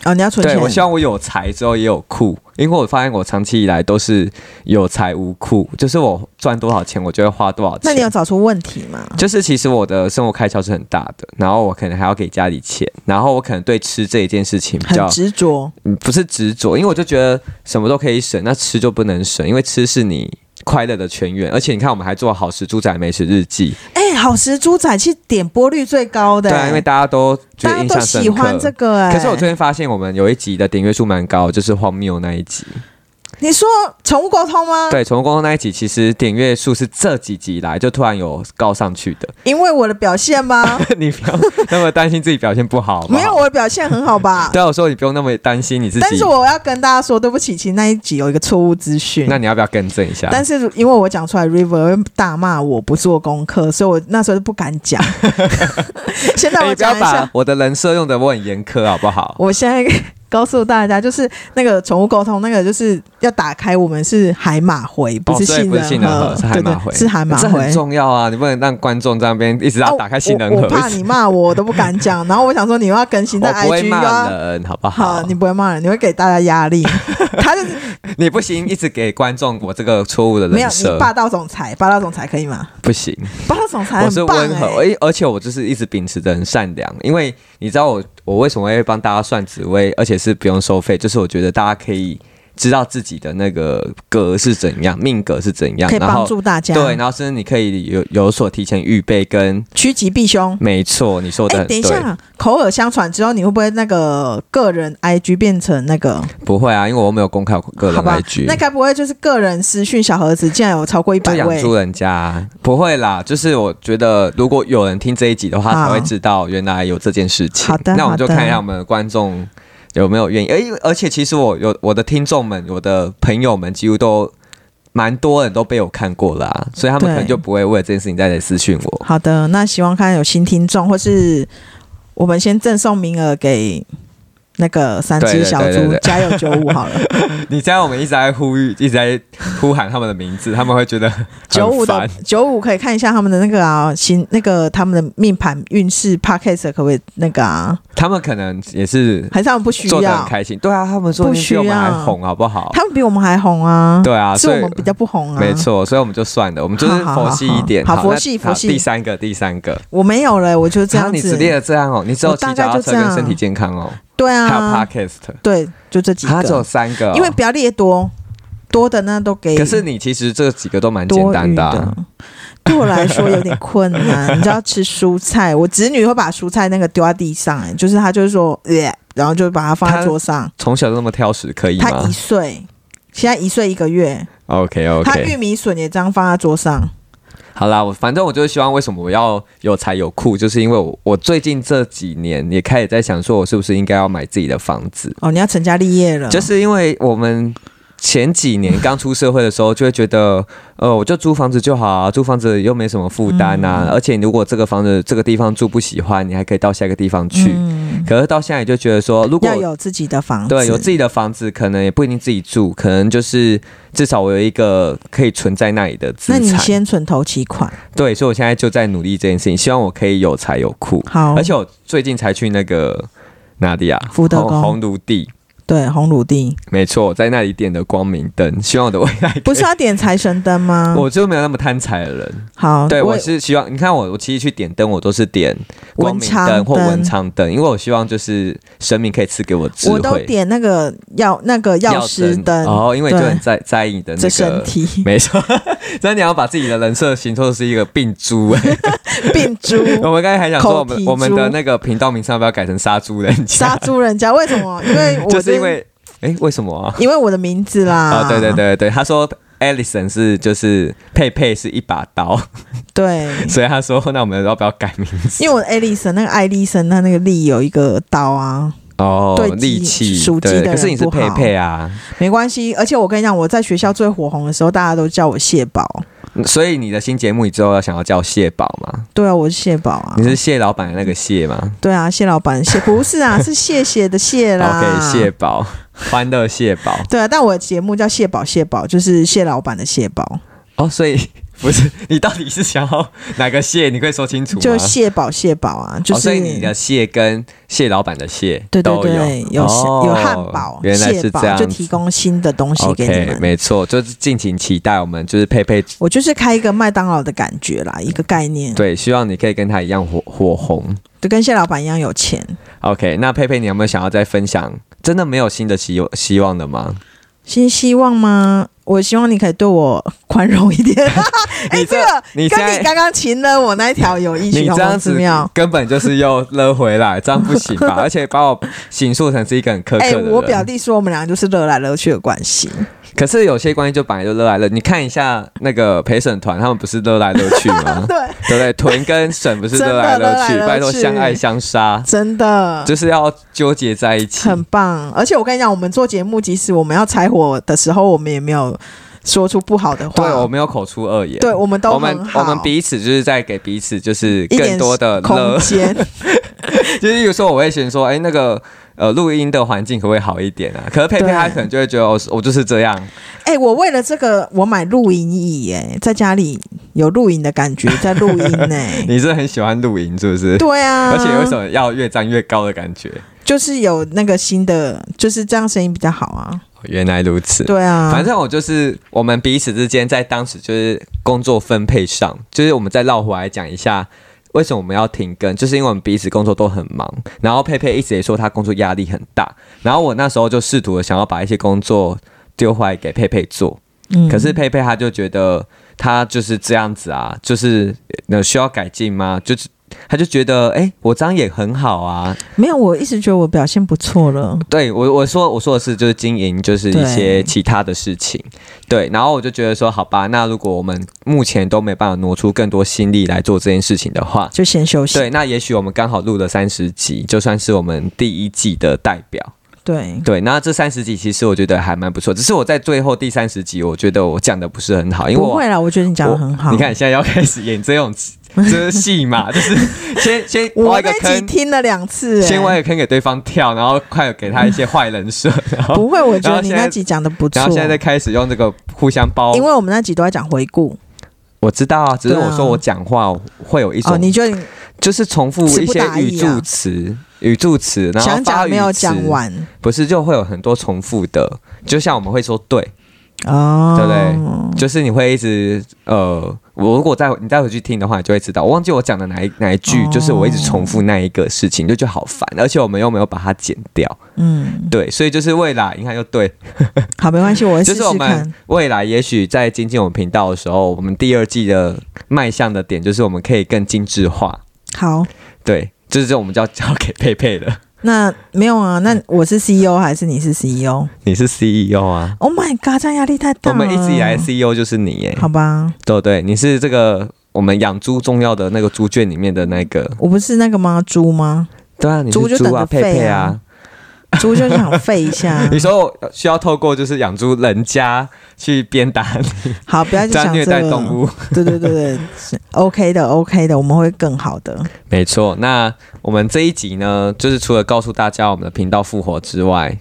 Speaker 2: 哦，你要存
Speaker 1: 对
Speaker 2: 钱。
Speaker 1: 我希望我有财之后也有库，因为我发现我长期以来都是有财无库，就是我赚多少钱，我就会花多少钱。
Speaker 2: 那你有找出问题吗？
Speaker 1: 就是其实我的生活开销是很大的，然后我可能还要给家里钱，然后我可能对吃这一件事情比
Speaker 2: 很
Speaker 1: 较
Speaker 2: 执着，
Speaker 1: 嗯不是执着，因为我就觉得什么都可以省，那吃就不能省，因为吃是你快乐的全员，而且你看，我们还做好食猪仔美食日记，
Speaker 2: 哎、好食猪仔是点播率最高的、
Speaker 1: 对啊，因为大家都觉
Speaker 2: 大
Speaker 1: 得
Speaker 2: 家
Speaker 1: 印
Speaker 2: 都
Speaker 1: 象深刻。
Speaker 2: 喜欢这个、哎，
Speaker 1: 可是我最近发现，我们有一集的点阅数蛮高，就是荒谬那一集。
Speaker 2: 你说宠物沟通吗？
Speaker 1: 对，宠物沟通那一集，其实点阅数是这几集以来就突然有高上去的。
Speaker 2: 因为我的表现吗？
Speaker 1: 你不要那么担心自己表现不好好不好
Speaker 2: 没有，我的表现很好吧？
Speaker 1: 对啊，我说你不用那么担心你自己。
Speaker 2: 但是我要跟大家说，对不起，其实那一集有一个错误资讯。
Speaker 1: 那你要不要更正一下？
Speaker 2: 但是因为我讲出来，River 会大骂我不做功课，所以我那时候就不敢 讲。现在
Speaker 1: 哎
Speaker 2: 我
Speaker 1: 你不要
Speaker 2: 讲一下
Speaker 1: 把，我的人设用的我很严苛好不好？
Speaker 2: 我现在告诉大家，就是那个宠物沟通，那个就是要打开，我们是海马回，不是
Speaker 1: 哦所以
Speaker 2: 杏
Speaker 1: 不是
Speaker 2: 仁
Speaker 1: 杏仁
Speaker 2: 核，
Speaker 1: 核，是海马回，
Speaker 2: 对对，是海马
Speaker 1: 这
Speaker 2: 回
Speaker 1: 很。重要啊！你不能让观众在那边一直
Speaker 2: 啊
Speaker 1: 要打开
Speaker 2: 我
Speaker 1: 杏仁
Speaker 2: 我
Speaker 1: 核。
Speaker 2: 怕你骂我，我都不敢讲。然后我想说，你又要更新在
Speaker 1: 我不会
Speaker 2: IG 又
Speaker 1: 骂
Speaker 2: 要。
Speaker 1: 人，好不
Speaker 2: 啊好，你不会骂人，你会给大家压 力。他就是
Speaker 1: 你不行，一直给观众我这个错误的
Speaker 2: 没
Speaker 1: 人
Speaker 2: 有你
Speaker 1: 设，
Speaker 2: 霸道总裁，霸道总裁可以吗？
Speaker 1: 不行。
Speaker 2: 霸道总裁
Speaker 1: 我是
Speaker 2: 很棒、
Speaker 1: 温和，
Speaker 2: 欸、
Speaker 1: 而而且我就是一直秉持着很善良，因为你知道我我为什么会帮大家算紫薇，而且是不用收费，就是我觉得大家可以知道自己的那个格是怎样，命格是怎样，
Speaker 2: 可以
Speaker 1: 然
Speaker 2: 帮
Speaker 1: 后
Speaker 2: 助大家。
Speaker 1: 对，然后甚至你可以有有所提前预备跟，
Speaker 2: 趋吉避凶。
Speaker 1: 没错，你说的
Speaker 2: 哎，
Speaker 1: 很对，
Speaker 2: 等一下，口耳相传之后，你会不会那个个人 IG 变成那个？
Speaker 1: 不会啊，因为我没有公开我个人
Speaker 2: 好吧
Speaker 1: IG，
Speaker 2: 那该不会就是个人私讯小盒子竟然有超过一
Speaker 1: 就
Speaker 2: 百
Speaker 1: 养
Speaker 2: 位？
Speaker 1: 猪人家啊不会啦，就是我觉得如果有人听这一集的话，
Speaker 2: 好
Speaker 1: 才会知道原来有这件事情。
Speaker 2: 好的
Speaker 1: 那我们就
Speaker 2: 好的
Speaker 1: 看一下我们的观众有没有愿意。而而且其实我有我的听众们，我的朋友们几乎都蛮多人都被我看过啦、所以他们
Speaker 2: 对
Speaker 1: 可能就不会为了这件事情再来私讯我。
Speaker 2: 好的，那希望看有新听众，或是我们先赠送名额给那个三
Speaker 1: 对
Speaker 2: 只
Speaker 1: 对
Speaker 2: 小
Speaker 1: 对对
Speaker 2: 猪
Speaker 1: 对
Speaker 2: 加油九五 好了，
Speaker 1: 你这样我们一直在呼吁，一直在呼喊他们的名字，他们会觉得很
Speaker 2: 九五的
Speaker 1: 烦
Speaker 2: 九五可以看一下他们的那个啊，新那个他们的命盘运势 p a c k a g e 可不可以那个啊？
Speaker 1: 他们可能也是
Speaker 2: 还是他们不需
Speaker 1: 做的很
Speaker 2: 要？
Speaker 1: 开心。对啊，他们做的
Speaker 2: 不需
Speaker 1: 比
Speaker 2: 要
Speaker 1: 我们还红，好不好？
Speaker 2: 他们比我们还红啊，
Speaker 1: 对啊，
Speaker 2: 是
Speaker 1: 所
Speaker 2: 我
Speaker 1: 以
Speaker 2: 们比较不红啊。
Speaker 1: 没，错，所以我们就算了，我们就是佛系一点。
Speaker 2: 好好好好
Speaker 1: 那
Speaker 2: 佛系佛系
Speaker 1: 第三个，第三个，
Speaker 2: 我没有了，我就这
Speaker 1: 然后
Speaker 2: 样
Speaker 1: 你
Speaker 2: 子
Speaker 1: 只。列了这样哦，你只有
Speaker 2: 我
Speaker 1: 骑
Speaker 2: 大概
Speaker 1: 脚踏
Speaker 2: 就
Speaker 1: 车
Speaker 2: 这样
Speaker 1: 跟身体健康哦，
Speaker 2: 对
Speaker 1: 还有
Speaker 2: 啊，
Speaker 1: podcast，
Speaker 2: 对，就这几
Speaker 1: 它只有
Speaker 2: 个，
Speaker 1: 三个哦。
Speaker 2: 因为不要列多，多的那都给。
Speaker 1: 可是你其实这几个都蛮简
Speaker 2: 多
Speaker 1: 单
Speaker 2: 余
Speaker 1: 的啊，
Speaker 2: 对我来说有点困难。你知道吃蔬菜，我侄女会把蔬菜那个丢在地上、哎，就是她就是说，呃然后就把它放在
Speaker 1: 她
Speaker 2: 桌上。
Speaker 1: 从小就那么挑食，可以
Speaker 2: 她
Speaker 1: 吗
Speaker 2: 一岁，现在一岁一个月，
Speaker 1: ？OK
Speaker 2: 她
Speaker 1: OK，
Speaker 2: 玉米笋也这样放在桌上。
Speaker 1: 好啦，我反正我就是希望，为什么我要有才有库，就是因为我我最近这几年也开始在想，说我是不是应该要买自己的房子，
Speaker 2: 哦，你要成家立业了，
Speaker 1: 就是因为我们前几年刚出社会的时候，就会觉得， 呃，我就租房子就好啊，租房子又没什么负担啊。
Speaker 2: 嗯
Speaker 1: 而且如果这个房子这个地方住不喜欢，你还可以到下一个地方去。
Speaker 2: 嗯，
Speaker 1: 可是到现在就觉得说，如果
Speaker 2: 要有自己的房子，
Speaker 1: 对有自己的房子，可能也不一定自己住，可能就是至少我有一个可以存在那里的资
Speaker 2: 那你
Speaker 1: 产。
Speaker 2: 先存头期款，
Speaker 1: 对，所以我现在就在努力这件事情，希望我可以有财有库。
Speaker 2: 好，
Speaker 1: 而且我最近才去那个哪里啊？
Speaker 2: 哦福德宫
Speaker 1: 红红炉地。
Speaker 2: 对红 炉地，
Speaker 1: 没错，我在那里点的光明灯，希望我的未来可以
Speaker 2: 不是要点财神灯吗？
Speaker 1: 我就没有那么贪财的人，
Speaker 2: 好，
Speaker 1: 对
Speaker 2: 嗯我
Speaker 1: 我是希望你看我，我其实去点灯，我都是点光
Speaker 2: 文
Speaker 1: 明
Speaker 2: 昌
Speaker 1: 灯或文昌灯，因为我希望就是神明可以赐给我智
Speaker 2: 我都
Speaker 1: 慧。
Speaker 2: 点那个药那个药师灯，
Speaker 1: 哦，因为就
Speaker 2: 对
Speaker 1: 很在在意你的那
Speaker 2: 这身
Speaker 1: 个，
Speaker 2: 体
Speaker 1: 没错。 所以你要把自己的人设形成是一个病 猪、欸。
Speaker 2: 病猪。
Speaker 1: 我们刚才还想说，我
Speaker 2: 口蹄
Speaker 1: 们
Speaker 2: 猪
Speaker 1: 我们的那个频道名称要不要改成杀猪人家
Speaker 2: 杀？猪人家为什么？因为我
Speaker 1: 就是
Speaker 2: 的
Speaker 1: 因为，哎、为什么啊？
Speaker 2: 因为我的名字啦。
Speaker 1: 啊，对对对对，他说 Alison 是就是佩佩是一把刀，
Speaker 2: 对，
Speaker 1: 所以他说那我们要不要改名字？
Speaker 2: 因为我的艾丽森那个艾丽森，她那个力有一个刀啊，
Speaker 1: 哦
Speaker 2: 对，
Speaker 1: 力
Speaker 2: 鸡
Speaker 1: 气
Speaker 2: 属鸡
Speaker 1: 对
Speaker 2: 的
Speaker 1: 可是
Speaker 2: 人
Speaker 1: 你是
Speaker 2: 不
Speaker 1: 佩
Speaker 2: 好
Speaker 1: 佩啊，
Speaker 2: 没关系。而且我跟你讲，我在学校最火红的时候，大家都叫我蟹宝。
Speaker 1: 嗯所以你的新节目你之后要想要叫蟹宝吗？
Speaker 2: 对啊，我是蟹宝啊
Speaker 1: 你。是蟹老板的那个蟹吗
Speaker 2: 对啊，蟹老 板蟹不是啊，是谢谢的谢啦。
Speaker 1: ？OK，蟹宝，欢乐蟹宝。
Speaker 2: 对啊，但我的节目叫蟹宝蟹宝，就是蟹老板的蟹宝，
Speaker 1: 哦，所以 不是你到底是想要哪个蟹？你可以说清楚吗？
Speaker 2: 就蟹宝蟹宝啊，就
Speaker 1: 哦，
Speaker 2: 是、
Speaker 1: 所以你的蟹跟蟹老板的蟹
Speaker 2: 对对
Speaker 1: 都
Speaker 2: 对，有
Speaker 1: 有哦
Speaker 2: 有汉堡、
Speaker 1: 原来
Speaker 2: 蟹
Speaker 1: 是
Speaker 2: 堡
Speaker 1: 这样
Speaker 2: 就
Speaker 1: 子。
Speaker 2: 提供新的东西给你
Speaker 1: OK，
Speaker 2: 们。
Speaker 1: 没错，就是敬请期待我们就是佩佩，
Speaker 2: 我就是开一个麦当劳的感觉啦，一个概念，
Speaker 1: 嗯对，希望你可以跟他一样火火红。
Speaker 2: 就跟蟹老板一样有钱。
Speaker 1: OK，那佩佩，你有没有想要再分享？真的没有新的希希望的吗？
Speaker 2: 新希望吗？我希望你可以对我宽容一点。哎、
Speaker 1: 你
Speaker 2: 这
Speaker 1: 这
Speaker 2: 个
Speaker 1: 你现
Speaker 2: 跟
Speaker 1: 在
Speaker 2: 你刚刚擒了我那一条有异 曲
Speaker 1: 你
Speaker 2: 同
Speaker 1: 这
Speaker 2: 工
Speaker 1: 样
Speaker 2: 之
Speaker 1: 子
Speaker 2: 妙。
Speaker 1: 根本就是又勒回来，这样不行吧？而且把我形塑成是一个很苛刻
Speaker 2: 哎、
Speaker 1: 的人。
Speaker 2: 我表弟说我们俩就是勒来勒去的关系，
Speaker 1: 可是有些关系就本来就勒来勒，你看一下那个陪审团，他们不是勒来勒去吗？
Speaker 2: 对，
Speaker 1: 对不对？臀跟审不是勒来勒去
Speaker 2: 真的勒来勒，去
Speaker 1: 拜托相爱相杀，
Speaker 2: 真的
Speaker 1: 就是要纠结在一起。
Speaker 2: 很棒。而且我跟你讲，我们做节目，即使我们要拆火的时候，我们也没有说出不好的话。
Speaker 1: 对，我没有口出恶言。
Speaker 2: 对我们都
Speaker 1: 我们
Speaker 2: 很好
Speaker 1: 我们彼此就是在给彼此就是
Speaker 2: 一
Speaker 1: 更
Speaker 2: 点
Speaker 1: 多的
Speaker 2: 空
Speaker 1: 勒，
Speaker 2: 间，
Speaker 1: 就是比如说我会先说，哎，那个呃录音的环境可不可以好一点啊？可是佩佩
Speaker 2: 对
Speaker 1: 她可能就会觉得我我就是这样，
Speaker 2: 哎、我为了这个，我买露营椅、哎，在家里有露营的感觉，在露营 呢、
Speaker 1: 你是很喜欢录音是不是？
Speaker 2: 对啊，
Speaker 1: 而且为什么要越站越高的感觉？
Speaker 2: 就是有那个新的，就是这样声音比较好啊。
Speaker 1: 哦原来如此。
Speaker 2: 对啊，
Speaker 1: 反正我就是我们彼此之间在当时就是工作分配上，就是我们再绕回来讲一下。为什么我们要停更？就是因为我们彼此工作都很忙，然后佩佩一直也说她工作压力很大，然后我那时候就试图地想要把一些工作丢回来给佩佩做，
Speaker 2: 嗯
Speaker 1: 可是佩佩她就觉得她就是这样子啊，就是那需要改进吗？就是她就觉得哎、诶我这样也很好啊，
Speaker 2: 没有，我一直觉得我表现不错了。
Speaker 1: 对我我说我说的是就是经营就是一
Speaker 2: 对
Speaker 1: 些其他的事情，对，然后我就觉得说好吧，那如果我们目前都没办法挪出更多心力来做这件事情的话，
Speaker 2: 就先休息。
Speaker 1: 对，那也许我们刚好录了三十集，就算是我们第一季的代表。
Speaker 2: 对
Speaker 1: 对，那这三十集其实我觉得还蛮不错，只是我在最后第三十集，我觉得我讲的不是很好，因为
Speaker 2: 不
Speaker 1: 我
Speaker 2: 会啦，我觉得你讲的很好。
Speaker 1: 你看，现在要开始演这种 就是戏 嘛，就是先先挖
Speaker 2: 我
Speaker 1: 一个
Speaker 2: 那集
Speaker 1: 坑，
Speaker 2: 听了两次、哎
Speaker 1: 先挖一个坑给对方跳，然后快给他一些坏人 设，然后
Speaker 2: 不会，我觉得
Speaker 1: 哦然后
Speaker 2: 你
Speaker 1: 现在
Speaker 2: 那集讲的不错
Speaker 1: 然。后现在再开始用这个互相包，
Speaker 2: 因为我们那集都在讲回顾
Speaker 1: 哦我知道啊，只是
Speaker 2: 对啊
Speaker 1: 我说我讲话会有一种，
Speaker 2: 哦，你就
Speaker 1: 就是重复
Speaker 2: 词
Speaker 1: 一
Speaker 2: 不
Speaker 1: 些
Speaker 2: 达
Speaker 1: 语
Speaker 2: 意啊
Speaker 1: 助词、语助词，然后
Speaker 2: 想
Speaker 1: 发
Speaker 2: 讲
Speaker 1: 语
Speaker 2: 没有
Speaker 1: 词
Speaker 2: 讲，完
Speaker 1: 不是就会有很多重复的，就像我们会说对，
Speaker 2: 哦，
Speaker 1: 对不对？就是你会一直呃，我如果再你再回去听的话，你就会知道，我忘记我讲的哪一哪一句，
Speaker 2: 哦
Speaker 1: 就是我一直重复那一个事情，就觉得好烦，而且我们又没有把它剪掉，
Speaker 2: 嗯，
Speaker 1: 对，所以就是未来你看又对，
Speaker 2: 好，没关系，我会
Speaker 1: 就
Speaker 2: 试
Speaker 1: 是我
Speaker 2: 试
Speaker 1: 们
Speaker 2: 看。
Speaker 1: 未来也许在精进我们频道的时候，我们第二季的迈向的点就是我们可以更精致化，
Speaker 2: 好，
Speaker 1: 对，就是这我们就要交给佩佩了。
Speaker 2: 那没有啊，那我是 CEO 还是你是 CEO？Oh
Speaker 1: 你是 CEO 啊，
Speaker 2: Oh my god，这样压力太大
Speaker 1: 我
Speaker 2: 了。
Speaker 1: 们一直以来 CEO 就是你耶，
Speaker 2: 好吧，
Speaker 1: 对不对？你是这个我们养猪重要的那个猪圈里面的那个，
Speaker 2: 我不是那个吗？猪吗？
Speaker 1: 对啊，你
Speaker 2: 猪
Speaker 1: 是
Speaker 2: 就
Speaker 1: 猪啊，
Speaker 2: 等着
Speaker 1: 佩
Speaker 2: 吠
Speaker 1: 佩啊
Speaker 2: 啊。猪就想废一下
Speaker 1: 。你说我需要透过就是养猪人家去鞭打你，
Speaker 2: 好，不 要去
Speaker 1: 这样
Speaker 2: 想
Speaker 1: 虐
Speaker 2: 这
Speaker 1: 待
Speaker 2: 个。
Speaker 1: 动物。
Speaker 2: 对对对对是，OK 的，OK 的，我们会更好的。
Speaker 1: 没错，那我们这一集呢，就是除了告诉大家我们的频道复活之外，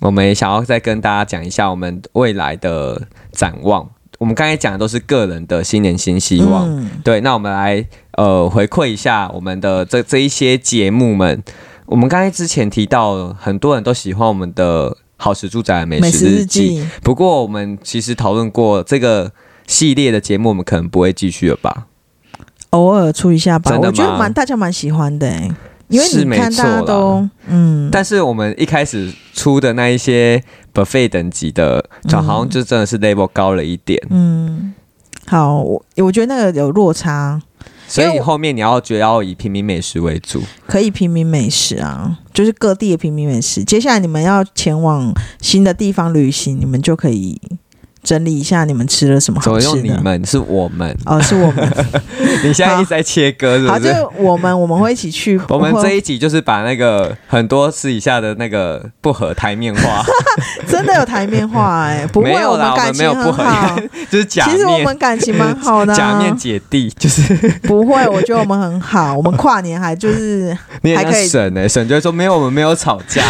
Speaker 1: 我们也想要再跟大家讲一下我们未来的展望。我们刚才讲的都是个人的新年新希望，
Speaker 2: 嗯
Speaker 1: 对，那我们来呃回馈一下我们的这这一些节目们。我们刚才之前提到，很多人都喜欢我们的好食住宅美
Speaker 2: 美
Speaker 1: 食
Speaker 2: 食
Speaker 1: 日
Speaker 2: 日
Speaker 1: 记，
Speaker 2: 记，
Speaker 1: 不过我们其实讨论过这个系列的节目，我们可能不会继续了吧？
Speaker 2: 偶尔出一下吧，
Speaker 1: 真的
Speaker 2: 我觉得
Speaker 1: 吗
Speaker 2: 蛮大家蛮喜欢的、欸，因为
Speaker 1: 是
Speaker 2: 你
Speaker 1: 没
Speaker 2: 看
Speaker 1: 错
Speaker 2: 大家
Speaker 1: 啦
Speaker 2: 都嗯，
Speaker 1: 但是我们一开始出的那一些 buffet 等级的，就好像就真的是 level 高了一点，
Speaker 2: 嗯，好，我我觉得那个有落差，
Speaker 1: 所
Speaker 2: 因为
Speaker 1: 以
Speaker 2: 我
Speaker 1: 后面你要觉得要以平民美食为主。
Speaker 2: 可以平民美食啊，就是各地的平民美食。接下来你们要前往新的地方旅行，你们就可以整理一下你们吃了什么
Speaker 1: 怎
Speaker 2: 好
Speaker 1: 么
Speaker 2: 吃
Speaker 1: 用你
Speaker 2: 的。
Speaker 1: 们是我们？
Speaker 2: 哦，是我 们，
Speaker 1: 你现在一直在切割，是
Speaker 2: 好，
Speaker 1: 不？
Speaker 2: 就是我们，我们会一起去。
Speaker 1: 我们
Speaker 2: 会
Speaker 1: 这一集就是把那个很多私底下的那个不合台面 化，
Speaker 2: 真的有台面化 哎、不会，
Speaker 1: 没有啦
Speaker 2: 们感
Speaker 1: 我们没
Speaker 2: 情
Speaker 1: 有
Speaker 2: 很
Speaker 1: 不合
Speaker 2: 好。
Speaker 1: 就是 假
Speaker 2: 其实我
Speaker 1: 面
Speaker 2: 们感情蛮好的、啊，
Speaker 1: 假面姐弟，就是
Speaker 2: 不会，我觉得我们很好。我们跨年还就是
Speaker 1: 你
Speaker 2: 还
Speaker 1: 也
Speaker 2: 可
Speaker 1: 像
Speaker 2: 以
Speaker 1: 沈哎、沈就会说没有，我们没有吵 架，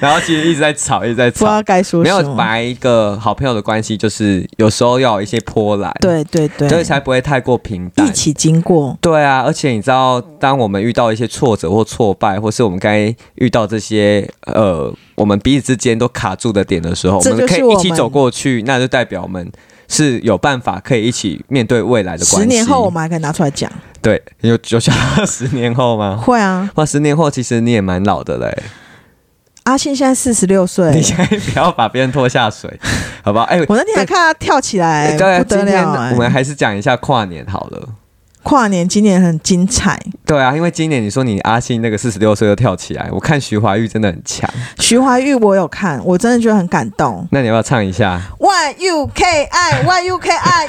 Speaker 1: 然后其实一直在吵，一直在
Speaker 2: 不知
Speaker 1: 吵。
Speaker 2: 道该说
Speaker 1: 没
Speaker 2: 什
Speaker 1: 有
Speaker 2: 么
Speaker 1: 本。来一个好朋友的关系，就是有时候要有一些波澜，，
Speaker 2: 对对对，
Speaker 1: 所以才不会太过平
Speaker 2: 一
Speaker 1: 淡。
Speaker 2: 起经过，
Speaker 1: 对啊，而且你知道，当我们遇到一些挫折或挫败，或是我们该遇到这些呃，我们彼此之间都卡住的点的时候，我
Speaker 2: 这就
Speaker 1: 们可以
Speaker 2: 是我
Speaker 1: 一
Speaker 2: 们
Speaker 1: 起走过去，那就代表我们是有办法可以一起面对未来的关系。
Speaker 2: 十年后我们还可以拿出来讲。
Speaker 1: 对有有想到十年后吗？
Speaker 2: 会啊，
Speaker 1: 哇，十年后其实你也蛮老的嘞、
Speaker 2: 阿信现在四十六岁
Speaker 1: 你，现在不要把别人拖下水。好不好？哎、
Speaker 2: 哎我那天还
Speaker 1: 对
Speaker 2: 看他跳起来，
Speaker 1: 对，啊
Speaker 2: 不得
Speaker 1: 今天
Speaker 2: 了、哎
Speaker 1: 我们还是讲一下跨年好了。
Speaker 2: 跨年今年很精彩，
Speaker 1: 对啊，因为今年你说你阿信那个四十六岁又跳起来，我看徐怀钰真的很强。
Speaker 2: 徐怀钰我有看，我真的觉得很感动。
Speaker 1: 那你要不要唱一下？
Speaker 2: Y U K I Y U K I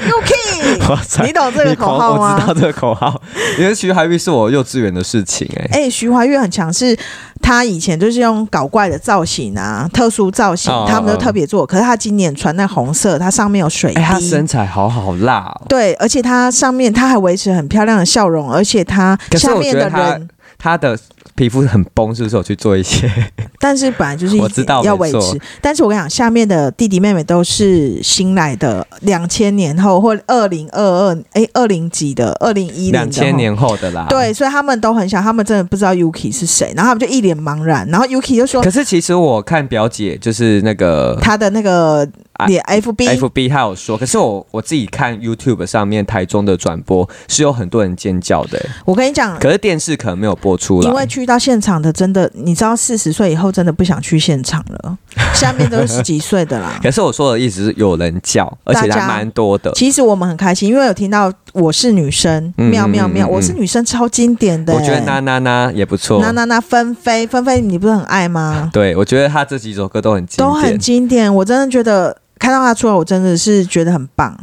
Speaker 2: Yuki，
Speaker 1: 我操
Speaker 2: 你哦懂这个
Speaker 1: 你
Speaker 2: 口号
Speaker 1: 我
Speaker 2: 啊
Speaker 1: 知道
Speaker 2: 吗？
Speaker 1: 这个口号，因为徐怀钰是我幼稚园的事情、 哎、
Speaker 2: 哎、徐怀钰很强势，她以前就是用搞怪的造型啊，特殊造型
Speaker 1: 哦，
Speaker 2: 他们都特别做。可是她今年穿那红色，它上面有水滴，
Speaker 1: 哎、她身材好好辣哦。
Speaker 2: 对，而且她上面她还维持很漂亮的笑容，而且她
Speaker 1: 可是
Speaker 2: 下
Speaker 1: 我
Speaker 2: 面
Speaker 1: 觉
Speaker 2: 的
Speaker 1: 得她
Speaker 2: 人，
Speaker 1: 她的皮肤很崩，是不是？我去做一些
Speaker 2: 但是本来就是
Speaker 1: 我知道
Speaker 2: 要
Speaker 1: 没
Speaker 2: 维
Speaker 1: 错
Speaker 2: 持。但是我跟你讲，下面的弟弟妹妹都是新来的，两千年后或二零二二哎二零几的，二零 一零
Speaker 1: 两千年后的啦。
Speaker 2: 对，所以他们都很想，他们真的不知道 Yuki 是谁，然后他们就一脸茫然。然后 Yuki 就说
Speaker 1: 可是其实我看表姐就是那个
Speaker 2: 他的那个
Speaker 1: 啊
Speaker 2: 脸 FB，、
Speaker 1: FB 她有说，可是我我自己看 YouTube 上面台中的转播是有很多人尖叫的、哎
Speaker 2: 我跟你讲，
Speaker 1: 可是电视可能没有播出来，
Speaker 2: 嗯因为去到现场的真的，你知道四十岁以后真的不想去现场
Speaker 1: 。
Speaker 2: 了，下面都是十几岁的啦
Speaker 1: 可是我说的意思是有人叫，而且
Speaker 2: 大家
Speaker 1: 还蛮多的。
Speaker 2: 其实我们很开心，因为有听到我是女生，
Speaker 1: 嗯
Speaker 2: 妙妙妙，
Speaker 1: 嗯嗯
Speaker 2: 我是女生超经典的、欸
Speaker 1: 我觉得那那那也不错。
Speaker 2: 那那那纷飞纷飞，你不是很 爱吗？
Speaker 1: 对，我觉得他这几首歌都很经
Speaker 2: 都
Speaker 1: 典
Speaker 2: 很。经典，我真的觉得看到他出来，我真的是觉得很棒，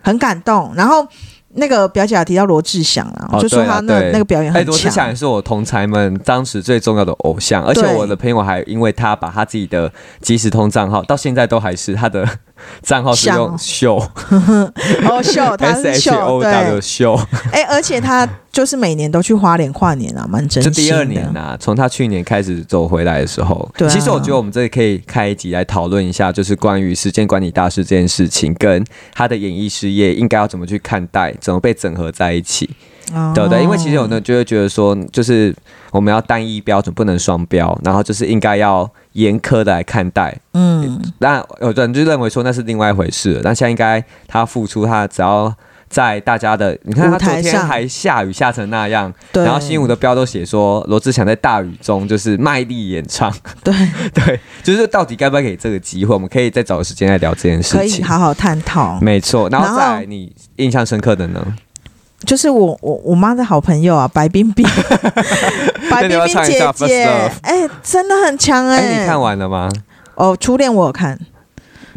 Speaker 2: 很感动。然后那个表姐有提到罗志祥啊，
Speaker 1: 哦
Speaker 2: 就说
Speaker 1: 对啊
Speaker 2: 他那
Speaker 1: 对
Speaker 2: 那个表演
Speaker 1: 哎，
Speaker 2: 很
Speaker 1: 罗志祥也
Speaker 2: 强。
Speaker 1: 是我同才们当时最重要的偶像，而且
Speaker 2: 对
Speaker 1: 我的朋友还因为他把他自己的即时通账号到现在都还是他的 账号是
Speaker 2: 像
Speaker 1: 用
Speaker 2: 哦
Speaker 1: 秀
Speaker 2: 哦，秀，他
Speaker 1: S
Speaker 2: 是
Speaker 1: H
Speaker 2: 秀，
Speaker 1: O W
Speaker 2: 对，
Speaker 1: 秀，
Speaker 2: 哎，而且他就是每年都去花莲跨年啊，蛮真
Speaker 1: 这
Speaker 2: 心的。
Speaker 1: 第二年啊，从他去年开始走回来的时候，
Speaker 2: 对啊
Speaker 1: 其实我觉得我们这里可以开一集来讨论一下，就是关于时间管理大师这件事情，跟他的演艺事业应该要怎么去看待，怎么被整合在一起，
Speaker 2: 哦
Speaker 1: 对不对？因为其实有的就会觉得说，就是我们要单一标准，不能双标，然后就是应该要严苛的来看待。
Speaker 2: 嗯，
Speaker 1: 那有的人就认为说那是另外一回事了，那现在应该他付出，他只要。在大家的，你看他
Speaker 2: 舞
Speaker 1: 昨
Speaker 2: 台
Speaker 1: 天
Speaker 2: 上
Speaker 1: 还下雨下成那样，
Speaker 2: 对。
Speaker 1: 然后新舞的标都写说罗志祥在大雨中就是卖力演唱，
Speaker 2: 对
Speaker 1: 对，就是到底该不该给这个机会？我们可以再找个时间来聊这件
Speaker 2: 可
Speaker 1: 事
Speaker 2: 以
Speaker 1: 情。
Speaker 2: 好好探讨。
Speaker 1: 没错，然后
Speaker 2: 然后
Speaker 1: 再来你印象深刻的呢？
Speaker 2: 就是我我我妈的好朋友啊， 白 冰冰，
Speaker 1: 那
Speaker 2: 白冰
Speaker 1: 你要
Speaker 2: 冰
Speaker 1: 唱一
Speaker 2: 姐
Speaker 1: 下
Speaker 2: 姐
Speaker 1: First Love，
Speaker 2: 哎，真的很强
Speaker 1: 哎、
Speaker 2: 哎。
Speaker 1: 你看完了吗？
Speaker 2: 哦，初恋我有看，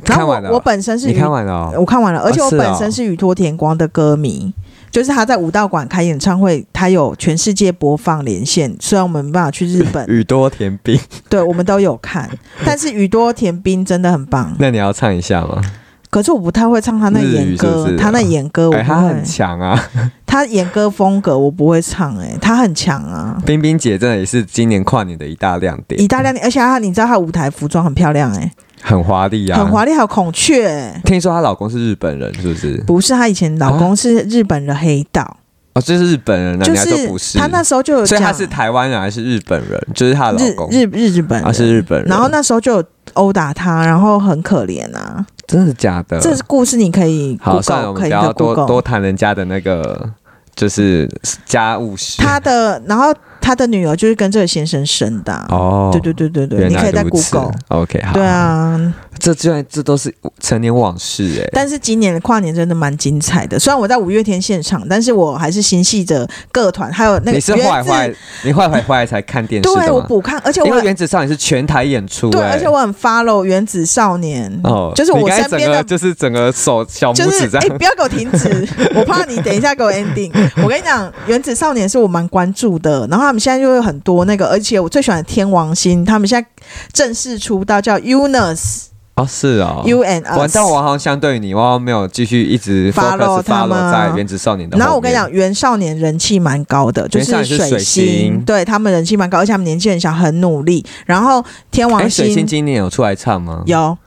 Speaker 2: 然后
Speaker 1: 看完了啊
Speaker 2: 我我本身是
Speaker 1: 你
Speaker 2: 于
Speaker 1: 看完了、哦？
Speaker 2: 我看完了，而且我
Speaker 1: 是哦
Speaker 2: 本身是宇多田光的歌迷。就是他在武道馆开演唱会，他有全世界播放连线。虽然我们没办法去日 本，
Speaker 1: 宇多田冰，
Speaker 2: 对我们都有看，但是宇多田冰真的很棒。
Speaker 1: 那你要唱一下吗？
Speaker 2: 可是我不太会唱他那
Speaker 1: 日语
Speaker 2: 演歌，
Speaker 1: 是不是
Speaker 2: 他那演歌我不
Speaker 1: 哎、
Speaker 2: 会，
Speaker 1: 他很强啊！
Speaker 2: 他演歌风格我不会唱、哎，他很强啊。
Speaker 1: 冰冰姐真的也是今年跨年的一大亮点，
Speaker 2: 以大亮，而且他你知道他舞台服装很漂亮、
Speaker 1: 很华丽啊，
Speaker 2: 哎、很华丽，还有孔雀、哎
Speaker 1: 听说她老公是日本人，是不是？
Speaker 2: 不是她以前老公是日本的黑道。
Speaker 1: 哦，这是日本人啊，
Speaker 2: 就
Speaker 1: 你还说不
Speaker 2: 是
Speaker 1: 是？
Speaker 2: 他那时候就有
Speaker 1: 所
Speaker 2: 讲，
Speaker 1: 以他是台湾人还是日本人？就是她的老公
Speaker 2: 日日日本人
Speaker 1: 啊，是日本人。
Speaker 2: 然后那时候就有殴打他，然后很可怜啊。
Speaker 1: 真的假的？
Speaker 2: 这是故事，你可以
Speaker 1: 呃好，算了，
Speaker 2: Google，
Speaker 1: 我们
Speaker 2: 可
Speaker 1: 不
Speaker 2: 以
Speaker 1: 要
Speaker 2: 的
Speaker 1: 多多
Speaker 2: Google。
Speaker 1: 谈人家的那个就是家务事。
Speaker 2: 他的，然后他的女儿就是跟这个先生生的啊、
Speaker 1: 哦，
Speaker 2: 对对对对对，
Speaker 1: 原
Speaker 2: 你可
Speaker 1: 来
Speaker 2: 以在
Speaker 1: 如此
Speaker 2: Google。
Speaker 1: OK，好，
Speaker 2: 对，啊，
Speaker 1: 这居然这都是成年往事哎。
Speaker 2: 但是今年的跨年真的蛮精彩的。虽然我在五月天现场，但是我还是心系着各团，还有那个
Speaker 1: 你是
Speaker 2: 原
Speaker 1: 坏
Speaker 2: 子
Speaker 1: 坏，你坏坏坏才看电视
Speaker 2: 对
Speaker 1: 的
Speaker 2: 我
Speaker 1: 吗？
Speaker 2: 补看，而且
Speaker 1: 因
Speaker 2: 我
Speaker 1: 为原子少年是全台演出
Speaker 2: 对，
Speaker 1: 哎，
Speaker 2: 而且我很 follow 原子少年，
Speaker 1: 哦，
Speaker 2: 就是
Speaker 1: 你
Speaker 2: 我
Speaker 1: 刚才
Speaker 2: 身边
Speaker 1: 整个
Speaker 2: 的
Speaker 1: 就是整个手小
Speaker 2: 就
Speaker 1: 拇
Speaker 2: 是
Speaker 1: 指这
Speaker 2: 哎、
Speaker 1: 样。
Speaker 2: 不要给我停 止，我怕你等一下给我 ending。我跟你讲，《原子少年》是我蛮关注的，然后他们现在就有很多那个，而且我最喜欢的天王星，他们现在正式出道叫 Unus
Speaker 1: 哦，是哦。
Speaker 2: U N Us。
Speaker 1: 完蛋，我好像相对于你，我好像没有继续一直
Speaker 2: Follow
Speaker 1: focus
Speaker 2: 他们
Speaker 1: follow
Speaker 2: 啊
Speaker 1: 在原子少年的。
Speaker 2: 然后我跟你讲，，原少年人气蛮高的，就
Speaker 1: 原少年是
Speaker 2: 水
Speaker 1: 水星
Speaker 2: 对他们人气蛮高，而且他们年纪很小，很努力。然后天王
Speaker 1: 哎，水
Speaker 2: 星
Speaker 1: 星今年有出来唱吗？
Speaker 2: 有，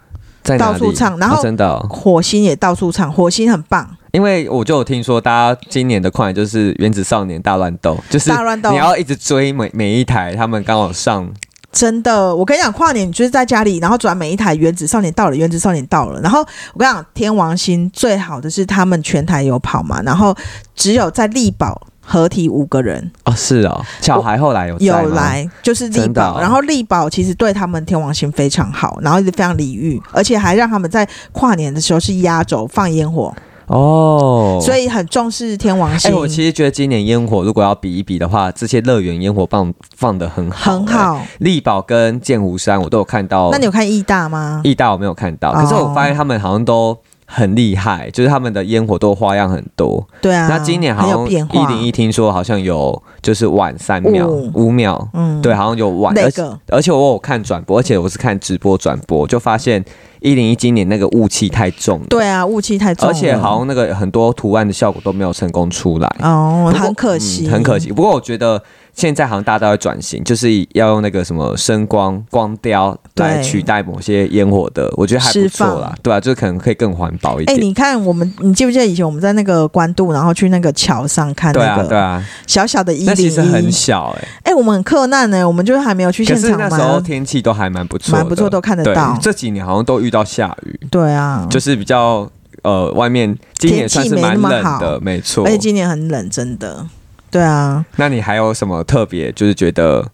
Speaker 1: 在哪里
Speaker 2: 到处唱然后
Speaker 1: 哦真的哦、
Speaker 2: 火星也到处唱，火星很棒，
Speaker 1: 因为我就有听说，大家今年的跨年就是《原子少年大乱斗》，就是
Speaker 2: 大乱斗
Speaker 1: 你要一直追每每一台他们刚好上，
Speaker 2: 真的，我跟你讲，跨年你就是在家里，然后转每一台《原子少年》到了，《原子少年》到了，然后我跟你讲，天王星最好的是他们全台有跑嘛，然后只有在力宝。合体五个人
Speaker 1: 哦，是哦，小孩后来有
Speaker 2: 有
Speaker 1: 在吗，
Speaker 2: 来，就是力
Speaker 1: 真的
Speaker 2: 宝，
Speaker 1: 哦
Speaker 2: 然后力宝其实对他们天王星非常好，然后也非常礼遇，而且还让他们在跨年的时候是压轴放烟火，
Speaker 1: 哦，
Speaker 2: 所以很重视天王
Speaker 1: 哎、
Speaker 2: 星。
Speaker 1: 我其实觉得今年烟火如果要比一比的话，这些乐园烟火棒放的很好、
Speaker 2: 很
Speaker 1: 哎。
Speaker 2: 好，
Speaker 1: 力宝跟剑湖山我都有看到，
Speaker 2: 那你有哦看义大吗？
Speaker 1: 义大我没有看到，可是我发现他们好像都很厉害，就是他们的烟火都花样很多。
Speaker 2: 对啊，
Speaker 1: 那今年好
Speaker 2: 很
Speaker 1: 像
Speaker 2: 有变化，
Speaker 1: 一零一听说好像有就是晚三秒
Speaker 2: 五
Speaker 1: 五秒，
Speaker 2: 嗯，
Speaker 1: 对，好像有晚，
Speaker 2: 那
Speaker 1: 而且
Speaker 2: 个
Speaker 1: 而且我有看转播，而且我是看直播转播，就发现一零一今年那个雾气太重了，
Speaker 2: 对啊，雾气太重
Speaker 1: 而
Speaker 2: 了，
Speaker 1: 且好像那个很多图案的效果都没有成功出来。
Speaker 2: 哦
Speaker 1: 不，过
Speaker 2: 很可惜，
Speaker 1: 嗯很可惜。不过我觉得现在好像大家都在转型，就是要用那个什么声光光雕来
Speaker 2: 对
Speaker 1: 取代某些烟火的，我觉得还不
Speaker 2: 释
Speaker 1: 错
Speaker 2: 放
Speaker 1: 啦。对啊，就是可能可以更环保一
Speaker 2: 哎、
Speaker 1: 点。
Speaker 2: 你看我们，你记不记得以前我们在那个关渡，然后去那个桥上看
Speaker 1: 对
Speaker 2: 那
Speaker 1: 啊，对
Speaker 2: 个
Speaker 1: 啊，
Speaker 2: 小小的一
Speaker 1: 那其实
Speaker 2: 零
Speaker 1: 很
Speaker 2: 一？
Speaker 1: 小哎、
Speaker 2: 哎、我们很克难呢、我们就是还没有去
Speaker 1: 可
Speaker 2: 现
Speaker 1: 是
Speaker 2: 场
Speaker 1: 那
Speaker 2: 买
Speaker 1: 时候
Speaker 2: 啊，
Speaker 1: 天气都还蛮不错的，
Speaker 2: 蛮不错，都看得
Speaker 1: 对
Speaker 2: 到。
Speaker 1: 这几年好像都遇到下雨，
Speaker 2: 对啊，
Speaker 1: 就是比较呃外面今年算是蛮
Speaker 2: 天气没
Speaker 1: 冷
Speaker 2: 那么
Speaker 1: 的，
Speaker 2: 好
Speaker 1: 没错
Speaker 2: 而。且今年很冷，真的。对啊，
Speaker 1: 那你还有什么特别？就是觉得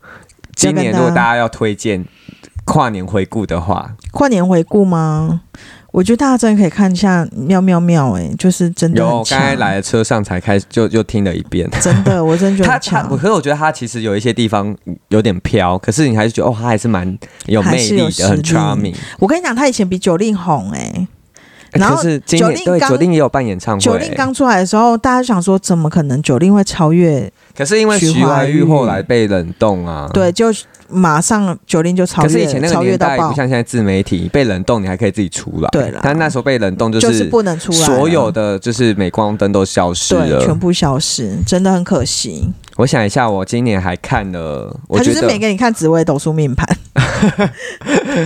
Speaker 1: 今年如果大家要推荐跨年回顾的话，
Speaker 2: 跨年回顾吗？我觉得大家真的可以看一下喵喵喵、哎，就是真的
Speaker 1: 有，
Speaker 2: 很
Speaker 1: 我
Speaker 2: 强
Speaker 1: 刚才来的车上才开始就就听了一遍。
Speaker 2: 真的，我真的觉得
Speaker 1: 他他，
Speaker 2: 很强
Speaker 1: 我，可是我觉得他其实有一些地方有点飘，可是你还是觉得哦，他还是蛮有
Speaker 2: 还
Speaker 1: 魅
Speaker 2: 是
Speaker 1: 力
Speaker 2: 有
Speaker 1: 的，很
Speaker 2: 实力
Speaker 1: charming。
Speaker 2: 我跟你讲，他以前比九令红、哎，然后
Speaker 1: 可是今年
Speaker 2: 九令
Speaker 1: 对
Speaker 2: 刚
Speaker 1: 九令也有办演唱
Speaker 2: 九
Speaker 1: 会
Speaker 2: 令，刚出来的时候，大家想说怎么可能九令会超越
Speaker 1: 可是因为
Speaker 2: 徐
Speaker 1: 徐怀
Speaker 2: 怀
Speaker 1: 钰
Speaker 2: 钰
Speaker 1: 后来被冷冻啊，。
Speaker 2: 对，就马上九零就超越，
Speaker 1: 可是以前那个
Speaker 2: 超越
Speaker 1: 年
Speaker 2: 到
Speaker 1: 代
Speaker 2: 爆
Speaker 1: 不，像现在自媒体被冷冻，你还可以自己出来。
Speaker 2: 对啦
Speaker 1: 但那时候被冷冻
Speaker 2: 就是
Speaker 1: 是
Speaker 2: 不能出来了，
Speaker 1: 所有的就是镁光灯都消失
Speaker 2: 对全
Speaker 1: 了。
Speaker 2: 部消失，真的很可惜。
Speaker 1: 我想一下，我今年还看了，我
Speaker 2: 他就
Speaker 1: 觉
Speaker 2: 是每
Speaker 1: 得
Speaker 2: 给你看紫微斗数命盘，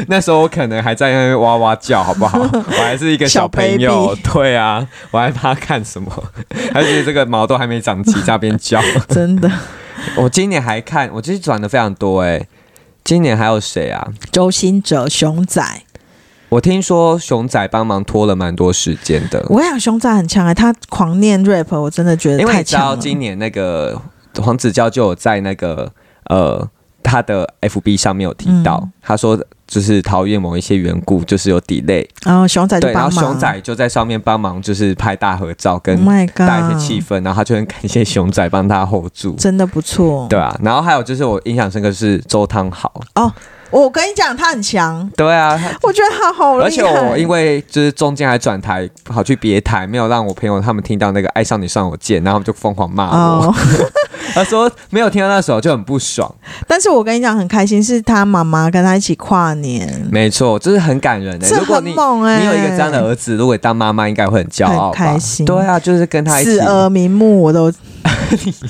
Speaker 1: 那时候我可能还在那边哇哇叫，好不 好？我还是一个小朋友，对啊，我还怕看什么？ 而且这个毛都还没长齐，在那边叫。
Speaker 2: 真的。
Speaker 1: 我今年还看，我其实转的非常多哎、今年还有谁啊？
Speaker 2: 周星哲熊仔，
Speaker 1: 我听说熊仔帮忙拖了蛮多时间的，
Speaker 2: 我跟你讲，熊仔很强哎、他狂念 rap，我真的觉得
Speaker 1: 因为
Speaker 2: 太
Speaker 1: 你知道
Speaker 2: 强了。
Speaker 1: 今年那个黄子佼就有在那个呃他的 FB 上面有提到，
Speaker 2: 嗯
Speaker 1: 他说就是桃园某一些缘故就是有 delay，
Speaker 2: 然后熊仔就
Speaker 1: 对，然后
Speaker 2: 帮忙，
Speaker 1: 熊仔就在上面帮忙就是拍大合照
Speaker 2: Oh
Speaker 1: 跟
Speaker 2: my
Speaker 1: 带一些
Speaker 2: god，
Speaker 1: 气氛，然后他就很感谢熊仔帮他 hold 住。
Speaker 2: 真的不错。
Speaker 1: 对啊，然后还有就是我印象深刻是周汤豪，
Speaker 2: 哦我跟你讲，他很强，
Speaker 1: 对啊，他
Speaker 2: 我觉得他好厉害。
Speaker 1: 而且我因为就是中间还转台跑去别台，没有让我朋友他们听到那个《爱上你上我见》，然后他们就疯狂骂我，
Speaker 2: 哦，
Speaker 1: 他说没有听到那首就很不爽。
Speaker 2: 但是我跟你讲，很开心，是他妈妈跟他一起跨年。
Speaker 1: 没错，就是很感人的、欸
Speaker 2: 这
Speaker 1: 如果
Speaker 2: 很
Speaker 1: 你
Speaker 2: 猛哎、
Speaker 1: 你有一个这样的儿子，如果当妈妈应该会很骄傲吧？
Speaker 2: 很开心
Speaker 1: 对啊，就是跟他一起啊
Speaker 2: 死。而瞑目，我都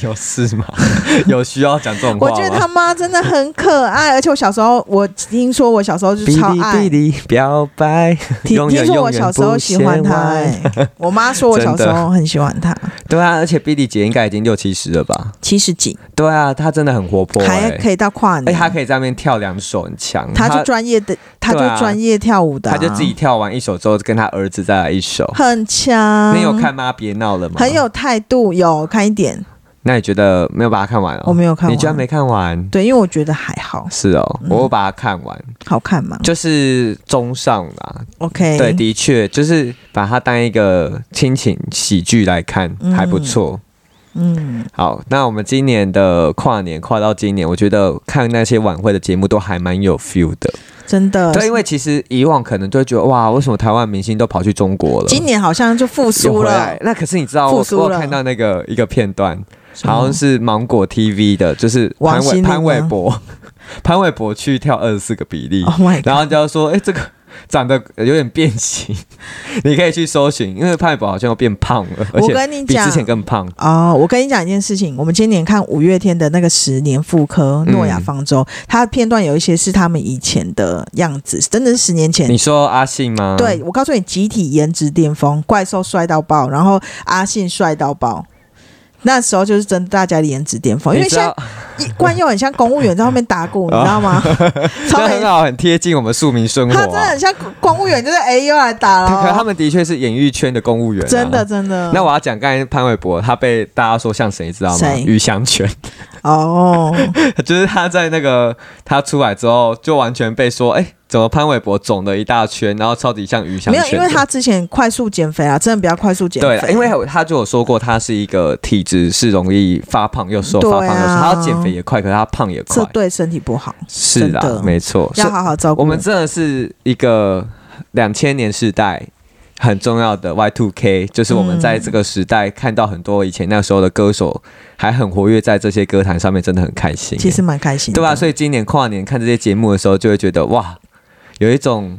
Speaker 1: 有事吗？ 有需要讲这种话
Speaker 2: 我
Speaker 1: 吗？
Speaker 2: 觉得他妈真的很可爱，而且我小时候，我听说我小时候就
Speaker 1: 哔
Speaker 2: 超
Speaker 1: 哩
Speaker 2: 爱
Speaker 1: 哔，哩表白，
Speaker 2: 听
Speaker 1: 永
Speaker 2: 听
Speaker 1: 远
Speaker 2: 说
Speaker 1: 永
Speaker 2: 我小
Speaker 1: 远
Speaker 2: 时候
Speaker 1: 不
Speaker 2: 喜欢
Speaker 1: 嫌
Speaker 2: 他、
Speaker 1: 晚。
Speaker 2: 哎，我妈说我小时候很喜欢他，
Speaker 1: 对啊，而且哔哩姐应该已经六七十了吧？
Speaker 2: 七十几
Speaker 1: 对啊，她真的很活泼、
Speaker 2: 还
Speaker 1: 欸，
Speaker 2: 可以到跨
Speaker 1: 而且
Speaker 2: 年，
Speaker 1: 她可以在那边跳两首，很强。
Speaker 2: 嗯他就专业的，他就
Speaker 1: 对啊
Speaker 2: 专业跳舞的啊、
Speaker 1: 她就自己跳完一首之后，跟她儿子再来一首。
Speaker 2: 很强，
Speaker 1: 你有看吗？别闹了吗？
Speaker 2: 嗯很。有态度，有看一点，
Speaker 1: 那你觉得没有把它看完哦？
Speaker 2: 我没有看完，
Speaker 1: 你居然没看完？
Speaker 2: 对，因为我觉得还好，
Speaker 1: 是哦，
Speaker 2: 嗯
Speaker 1: 我有把它看完，
Speaker 2: 好看嘛
Speaker 1: 就是中上啦。
Speaker 2: ，OK，
Speaker 1: 对，的确就是把它当一个亲情喜剧来看，
Speaker 2: 嗯
Speaker 1: 还不错。
Speaker 2: 嗯，
Speaker 1: 好，那我们今年的跨年跨到今年，我觉得看那些晚会的节目都还蛮有 feel 的。
Speaker 2: 真的，
Speaker 1: 对，因为其实以往可能都会觉得哇，为什么台湾明星都跑去中国了？
Speaker 2: 今年好像就复
Speaker 1: 有
Speaker 2: 苏
Speaker 1: 回
Speaker 2: 了
Speaker 1: 来。，那可是你知道，我
Speaker 2: 复苏
Speaker 1: 我有
Speaker 2: 了
Speaker 1: 看到那个一个片段，
Speaker 2: 什么
Speaker 1: 好像是芒果 TV 的，就是
Speaker 2: 王
Speaker 1: 潘玮
Speaker 2: 心凌
Speaker 1: 潘玮
Speaker 2: 吗
Speaker 1: 柏， 潘玮柏去跳二十四个比例，
Speaker 2: Oh my
Speaker 1: 然
Speaker 2: god！
Speaker 1: 后就说，哎、这个长得有点变形，你可以去搜寻，因为潘玮柏好像又变胖了，而
Speaker 2: 我
Speaker 1: 且
Speaker 2: 跟你
Speaker 1: 比
Speaker 2: 讲
Speaker 1: 之，前更胖。
Speaker 2: 哦，我跟你讲一件事情，我们今年看五月天的那个《十年妇科》
Speaker 1: 嗯
Speaker 2: 诺亚方舟，它的片段有一些是他们以前的样子，真的是十年前
Speaker 1: 你。说阿信吗？
Speaker 2: 对，，我告诉你，集体颜值巅峰，怪兽帅到爆，然后阿信帅到爆，那时候就是真的大家的颜值巅峰，因为
Speaker 1: 你知
Speaker 2: 现在
Speaker 1: 道
Speaker 2: 一 官又很像公务员在后面打鼓，你知道吗？
Speaker 1: 这
Speaker 2: 超没
Speaker 1: 很，好，很贴近我们庶民生活、
Speaker 2: 他真的
Speaker 1: 啊。
Speaker 2: 很像公务员，就是哎又来 打
Speaker 1: 可可他
Speaker 2: 了，
Speaker 1: 们的确是演艺圈的公务员、
Speaker 2: 真的。真的。
Speaker 1: 啊那我要讲刚才潘玮柏，他被大家说像谁，知道吗
Speaker 2: 谁？
Speaker 1: 于祥全，
Speaker 2: 哦，
Speaker 1: 就是他在那个他出来之后，就完全被说，哎、怎么潘玮柏肿了一大圈，然后超级像于祥
Speaker 2: 没
Speaker 1: 全的。
Speaker 2: 有，因为他之前快速减肥啊，真的比较快速减
Speaker 1: 对
Speaker 2: 肥，，
Speaker 1: 因为他就有说过，他是一个体质是容易发胖又瘦，
Speaker 2: 对啊
Speaker 1: 发胖又瘦，他要减肥也快，可是他胖也快
Speaker 2: 这，对身体不好，
Speaker 1: 是
Speaker 2: 真的
Speaker 1: 啦，没错。
Speaker 2: 要
Speaker 1: 所以
Speaker 2: 好好照顾。
Speaker 1: 我们真的是一个两千年时代很重要的 Y Two K，就是我们在
Speaker 2: 嗯
Speaker 1: 这个时代看到很多以前那时候的歌手还很活跃在这些歌坛上面，真的很开心。
Speaker 2: 其实蛮开心的，
Speaker 1: 对吧？啊所以今年跨年看这些节目的时候，就会觉得哇，有一种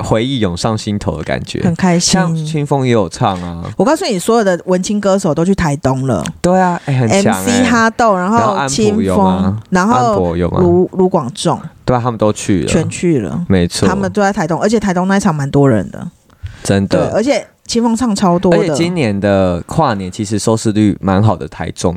Speaker 1: 回忆涌上心头的感觉
Speaker 2: 很。开心。
Speaker 1: 像清风也有唱啊，
Speaker 2: 我告诉你，所有的文青歌手都去台东了
Speaker 1: 对啊，哎、很强、
Speaker 2: ，MC
Speaker 1: 欸，
Speaker 2: 哈豆，然
Speaker 1: 然后安
Speaker 2: 后
Speaker 1: 普
Speaker 2: 清
Speaker 1: 有
Speaker 2: 风
Speaker 1: 吗，
Speaker 2: 然
Speaker 1: 安
Speaker 2: 后
Speaker 1: 博有吗？
Speaker 2: 卢卢广仲
Speaker 1: 对啊，他们都去了
Speaker 2: 全，去了，
Speaker 1: 没错，
Speaker 2: 他们都在台东，而且台东那一场蛮多人的，
Speaker 1: 真
Speaker 2: 对，
Speaker 1: 的。
Speaker 2: 而且清风唱超多
Speaker 1: 而且
Speaker 2: 的，
Speaker 1: 今年的跨年其实收视率蛮好的，台中、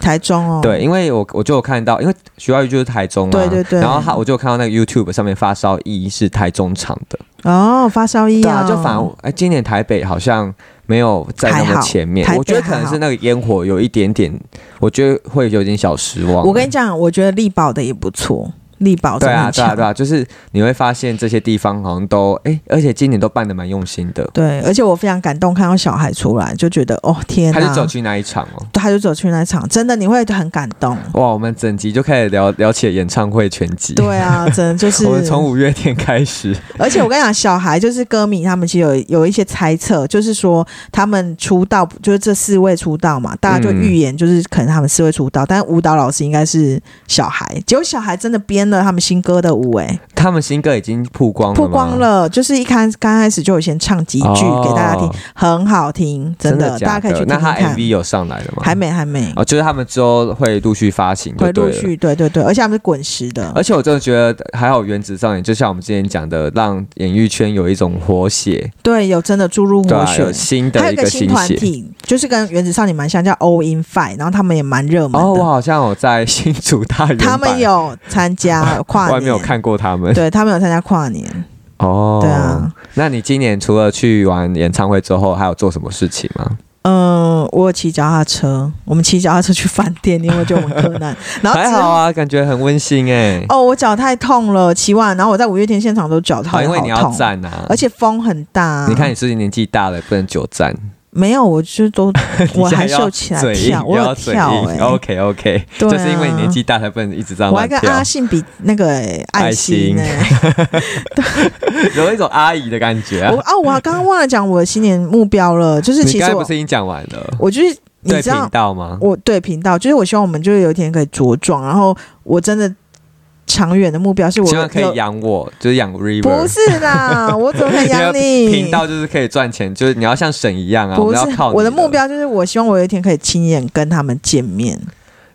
Speaker 2: 台中哦，
Speaker 1: 对，因为我我就有看到，因为徐怀钰就是台中嘛、啊
Speaker 2: 对对对
Speaker 1: 然后他我就有看到那个 YouTube 上面发烧一是台中场的，
Speaker 2: 哦，发烧衣
Speaker 1: 对啊，
Speaker 2: 哦
Speaker 1: 就反而哎，今年台北好像没有在那
Speaker 2: 还
Speaker 1: 么
Speaker 2: 好
Speaker 1: 前面
Speaker 2: 台，北
Speaker 1: 我觉得可能是那个烟火有一点点，我觉得会有点小失望。
Speaker 2: 我跟你讲，我觉得力宝的也不错，力宝真
Speaker 1: 对
Speaker 2: 的
Speaker 1: 啊，
Speaker 2: 很
Speaker 1: 对啊，
Speaker 2: 强
Speaker 1: 对，啊，就是你会发现这些地方好像都哎，而且今年都办的蛮用心的。
Speaker 2: 对，而且我非常感动，看到小孩出来就觉得哦天
Speaker 1: 他
Speaker 2: 哪，
Speaker 1: 就走去哪一场哦？
Speaker 2: 他就走去那场，真的你会很感动。
Speaker 1: 哇，我们整集就开始聊聊起了演唱会全集。
Speaker 2: 对啊，真的就是
Speaker 1: 我们从五月天开 始，
Speaker 2: 而且我跟你讲，小孩就是歌迷，他们其实有有一些猜测，就是说他们出道，就是这四位出道嘛，大家就预言就是可能他们四位出道，但舞蹈老师应该是小孩，结果小孩真的编了他们新歌的舞、哎，
Speaker 1: 他们新歌已经曝光了，
Speaker 2: 曝光，了，就是一开刚开始就有先唱几句
Speaker 1: 哦
Speaker 2: 给大家听，很好听，
Speaker 1: 真
Speaker 2: 真的，
Speaker 1: 假
Speaker 2: 大家可以去听
Speaker 1: 那
Speaker 2: 听
Speaker 1: 他
Speaker 2: 看
Speaker 1: MV。有上来了吗？
Speaker 2: 还没，还没，
Speaker 1: 哦，就是他们之后会陆续发行，
Speaker 2: 会
Speaker 1: 就对呃
Speaker 2: 陆
Speaker 1: 了。
Speaker 2: 续，对对对，而且他们是滚石的，
Speaker 1: 而且我真的觉得还好，原子少年就像我们之前讲的，让演艺圈有一种活血，
Speaker 2: 对，有真的注入
Speaker 1: 对、
Speaker 2: 活
Speaker 1: 啊，
Speaker 2: 血
Speaker 1: 有。新的一
Speaker 2: 还有一个新
Speaker 1: 新
Speaker 2: 团
Speaker 1: 血。
Speaker 2: 体，就是跟原子少年蛮像，叫 All in Five，然后他们也蛮热门
Speaker 1: 哦，
Speaker 2: 的
Speaker 1: 我。好像有在新竹大圆
Speaker 2: 他们
Speaker 1: 板，
Speaker 2: 有参 加跨
Speaker 1: 我
Speaker 2: 年，
Speaker 1: 还没有看过他们。
Speaker 2: 对他们有参加跨年，
Speaker 1: 哦，
Speaker 2: 对啊。
Speaker 1: 那你今年除了去完演唱会之后，还有做什么事情吗？
Speaker 2: 嗯、我有骑脚踏车，我们骑脚踏车去饭店，因为就我们柯 南，然后
Speaker 1: 还
Speaker 2: 之后
Speaker 1: 好啊，感觉很温馨哎、
Speaker 2: 哦，我脚太痛了，骑完，然后我在五月天现场都脚
Speaker 1: 好，
Speaker 2: 太
Speaker 1: 哦因
Speaker 2: 好
Speaker 1: 为你要
Speaker 2: 痛，
Speaker 1: 站啊，
Speaker 2: 而且嗯风很大、
Speaker 1: 你看你是年纪大了，不能久站，
Speaker 2: 没有，我就 都我还秀起来
Speaker 1: 嘴硬
Speaker 2: 跳，，我
Speaker 1: 又
Speaker 2: 有
Speaker 1: 要嘴
Speaker 2: 跳哎、
Speaker 1: 硬。OK OK，
Speaker 2: 对啊
Speaker 1: 就是因为你年纪大才不能一直这样
Speaker 2: 我还
Speaker 1: 乱
Speaker 2: 跟
Speaker 1: 跳。
Speaker 2: 阿信比那个、欸、爱心呢、
Speaker 1: 有一种阿姨的感觉啊
Speaker 2: 我。哦，我刚刚忘了讲我的新年目 标了，就是
Speaker 1: 你
Speaker 2: 其
Speaker 1: 刚
Speaker 2: 实
Speaker 1: 才不
Speaker 2: 我
Speaker 1: 是已经讲完了？
Speaker 2: 我就是你
Speaker 1: 对
Speaker 2: 知道
Speaker 1: 频道吗？
Speaker 2: 我对频道，就是我希望我们就是有一天可以茁壮，然后我真的长远的目标是我
Speaker 1: 希望可
Speaker 2: 有
Speaker 1: 以养我，就是养 River。
Speaker 2: 不 是啦，我怎么可以养你？
Speaker 1: 频道就是可以赚钱，就是你要像神一样啊！我
Speaker 2: 不
Speaker 1: 们
Speaker 2: 是
Speaker 1: 要靠你
Speaker 2: 我的目，标，就是我希望我有一天可以亲眼跟他们见面，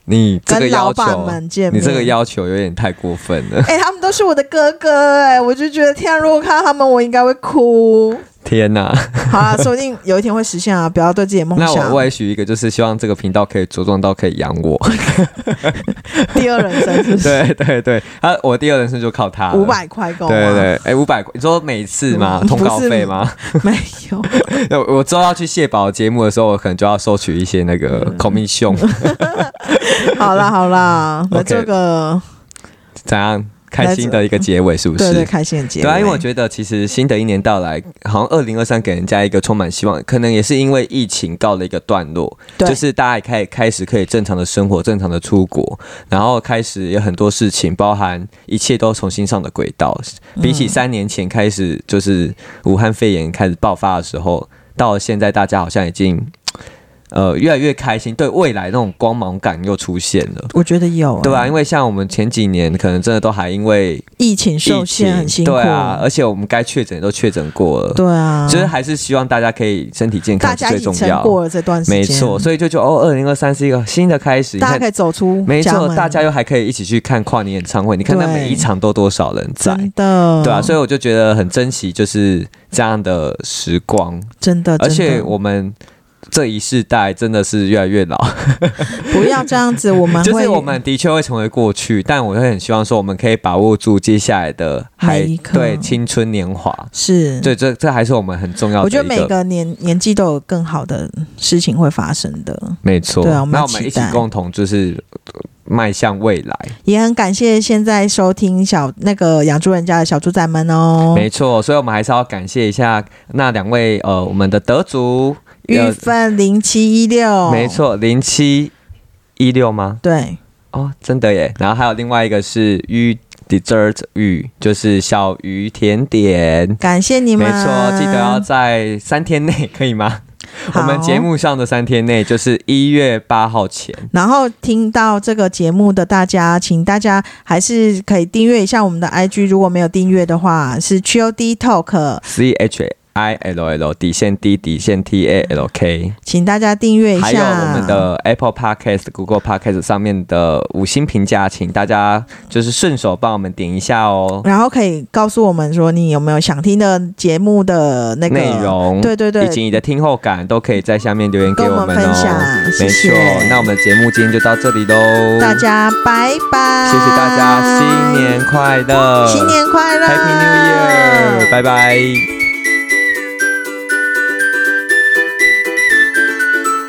Speaker 1: 你这个
Speaker 2: 跟老
Speaker 1: 要
Speaker 2: 板
Speaker 1: 求，
Speaker 2: 们见
Speaker 1: 你
Speaker 2: 面。
Speaker 1: 这个要求有点太过分了。
Speaker 2: 哎、他们都是我的哥哥哎、我就觉得天啊，如果看到他们，我应该会哭。
Speaker 1: 天哪！
Speaker 2: 好啦，说不定有一天会实现啊！不要对自己的 梦
Speaker 1: 那
Speaker 2: 想
Speaker 1: 我我也许一个，就是希望这个频道可以茁壮到可以养 我。
Speaker 2: 第二人生是不是？
Speaker 1: 对 对对，啊，我第二人生就靠他了
Speaker 2: 五。百块够吗？
Speaker 1: 对对对，哎，五百，你说每次吗？
Speaker 2: 嗯
Speaker 1: 通告
Speaker 2: 不是
Speaker 1: 费吗？
Speaker 2: 没有。
Speaker 1: 那我我之后要去蟹堡节目的时候，我可能就要收取一些那
Speaker 2: 嗯
Speaker 1: 个 commission，
Speaker 2: 好啦好啦，那
Speaker 1: OK
Speaker 2: 这个
Speaker 1: 怎样开心的一个结尾是不
Speaker 2: 对对
Speaker 1: 是？
Speaker 2: 开心的结尾。
Speaker 1: 对啊，因为我觉得其实新的一年到来，好像二零二三给人家一个充满希望，可能也是因为疫情告了一个段落，
Speaker 2: 对
Speaker 1: 就是大家也开开始可以正常的生活、正常的出国，然后开始有很多事情，包含一切都重新上的轨道。比
Speaker 2: 嗯
Speaker 1: 起三年前开始就是武汉肺炎开始爆发的时候，到了现在大家好像已经。呃，越来越开心，对未来那种光芒感又出现了，
Speaker 2: 我觉得有、
Speaker 1: 对吧、啊
Speaker 2: 欸
Speaker 1: 因为像我们前几年可能真的都还因为
Speaker 2: 疫情受限很辛苦，
Speaker 1: 对啊，而且我们该确诊都确诊过了，
Speaker 2: 对啊
Speaker 1: 就是还是希望大家可以身体健
Speaker 2: 大
Speaker 1: 康是
Speaker 2: 家
Speaker 1: 最
Speaker 2: 已
Speaker 1: 重
Speaker 2: 撑
Speaker 1: 要。
Speaker 2: 过了这段时间，
Speaker 1: 没错，，所以就觉得哦，二零二三是一个新的开始。你
Speaker 2: 大家
Speaker 1: 看
Speaker 2: 可，以走出
Speaker 1: 没
Speaker 2: 家
Speaker 1: 错，
Speaker 2: 门
Speaker 1: 大家又还可以一起去看跨年演唱会。你看那
Speaker 2: 对
Speaker 1: 每一场都多少人在，
Speaker 2: 真的
Speaker 1: 对啊，所以我就觉得很珍惜就是这样的时光，
Speaker 2: 真的，
Speaker 1: 而且
Speaker 2: 呃真的
Speaker 1: 我们。这一世代真的是越来越老，
Speaker 2: 不要 这样子，我们会
Speaker 1: 就是我们的确会成为过去，但我会很希望说，我们可以把握住接下来的还
Speaker 2: 每一刻
Speaker 1: 对青春年华。
Speaker 2: 是
Speaker 1: 对，这这还是我们很重要的
Speaker 2: 我
Speaker 1: 一个。
Speaker 2: 觉得每个年年纪都有更好的事情会发生的，
Speaker 1: 没错，
Speaker 2: 对啊我们
Speaker 1: 那
Speaker 2: 要
Speaker 1: 我们一
Speaker 2: 期
Speaker 1: 起
Speaker 2: 待
Speaker 1: 共同就是呃迈向未来。
Speaker 2: 也很感谢现在收听小那个养猪人家的小猪仔们哦，
Speaker 1: 没错，所以我们还是要感谢一下那两位呃，我们的得主，呃
Speaker 2: 玉哦芬零七一六，
Speaker 1: 没，错，零七一六吗？
Speaker 2: 对，
Speaker 1: 哦，真的耶。然后还有另外一个是鱼 dessert 鱼，就是小鱼甜点。
Speaker 2: 感谢你
Speaker 1: 没
Speaker 2: 们，
Speaker 1: 错，记得要在三天内，可以吗？
Speaker 2: 好
Speaker 1: 我们节，目上的三天内，就是一月八号前。
Speaker 2: 然后听到这个节目的大家，请大家还是可以订阅一下我们的 IG，如果没有订阅的话，是 QD Talk，
Speaker 1: C H I L L 底线 D 底线 T A L K，
Speaker 2: 请大家订阅一下，
Speaker 1: 还有我们的 Apple Podcast、Google Podcast 上面的五星评价，请大家就是顺手帮我们点一下哦。
Speaker 2: 然后可以告诉我们说你有没有想听的节目的那个
Speaker 1: 内，容，
Speaker 2: 对对对
Speaker 1: 以及你的听后感，都可以在下面留言给
Speaker 2: 跟我
Speaker 1: 们
Speaker 2: 们
Speaker 1: 哦。
Speaker 2: 分享，谢
Speaker 1: 没
Speaker 2: 谢
Speaker 1: 错，那我们的节目今天就到这里喽，
Speaker 2: 大家拜拜，
Speaker 1: 谢谢大家，新年快乐，
Speaker 2: 新年快乐
Speaker 1: Happy New Year，拜拜。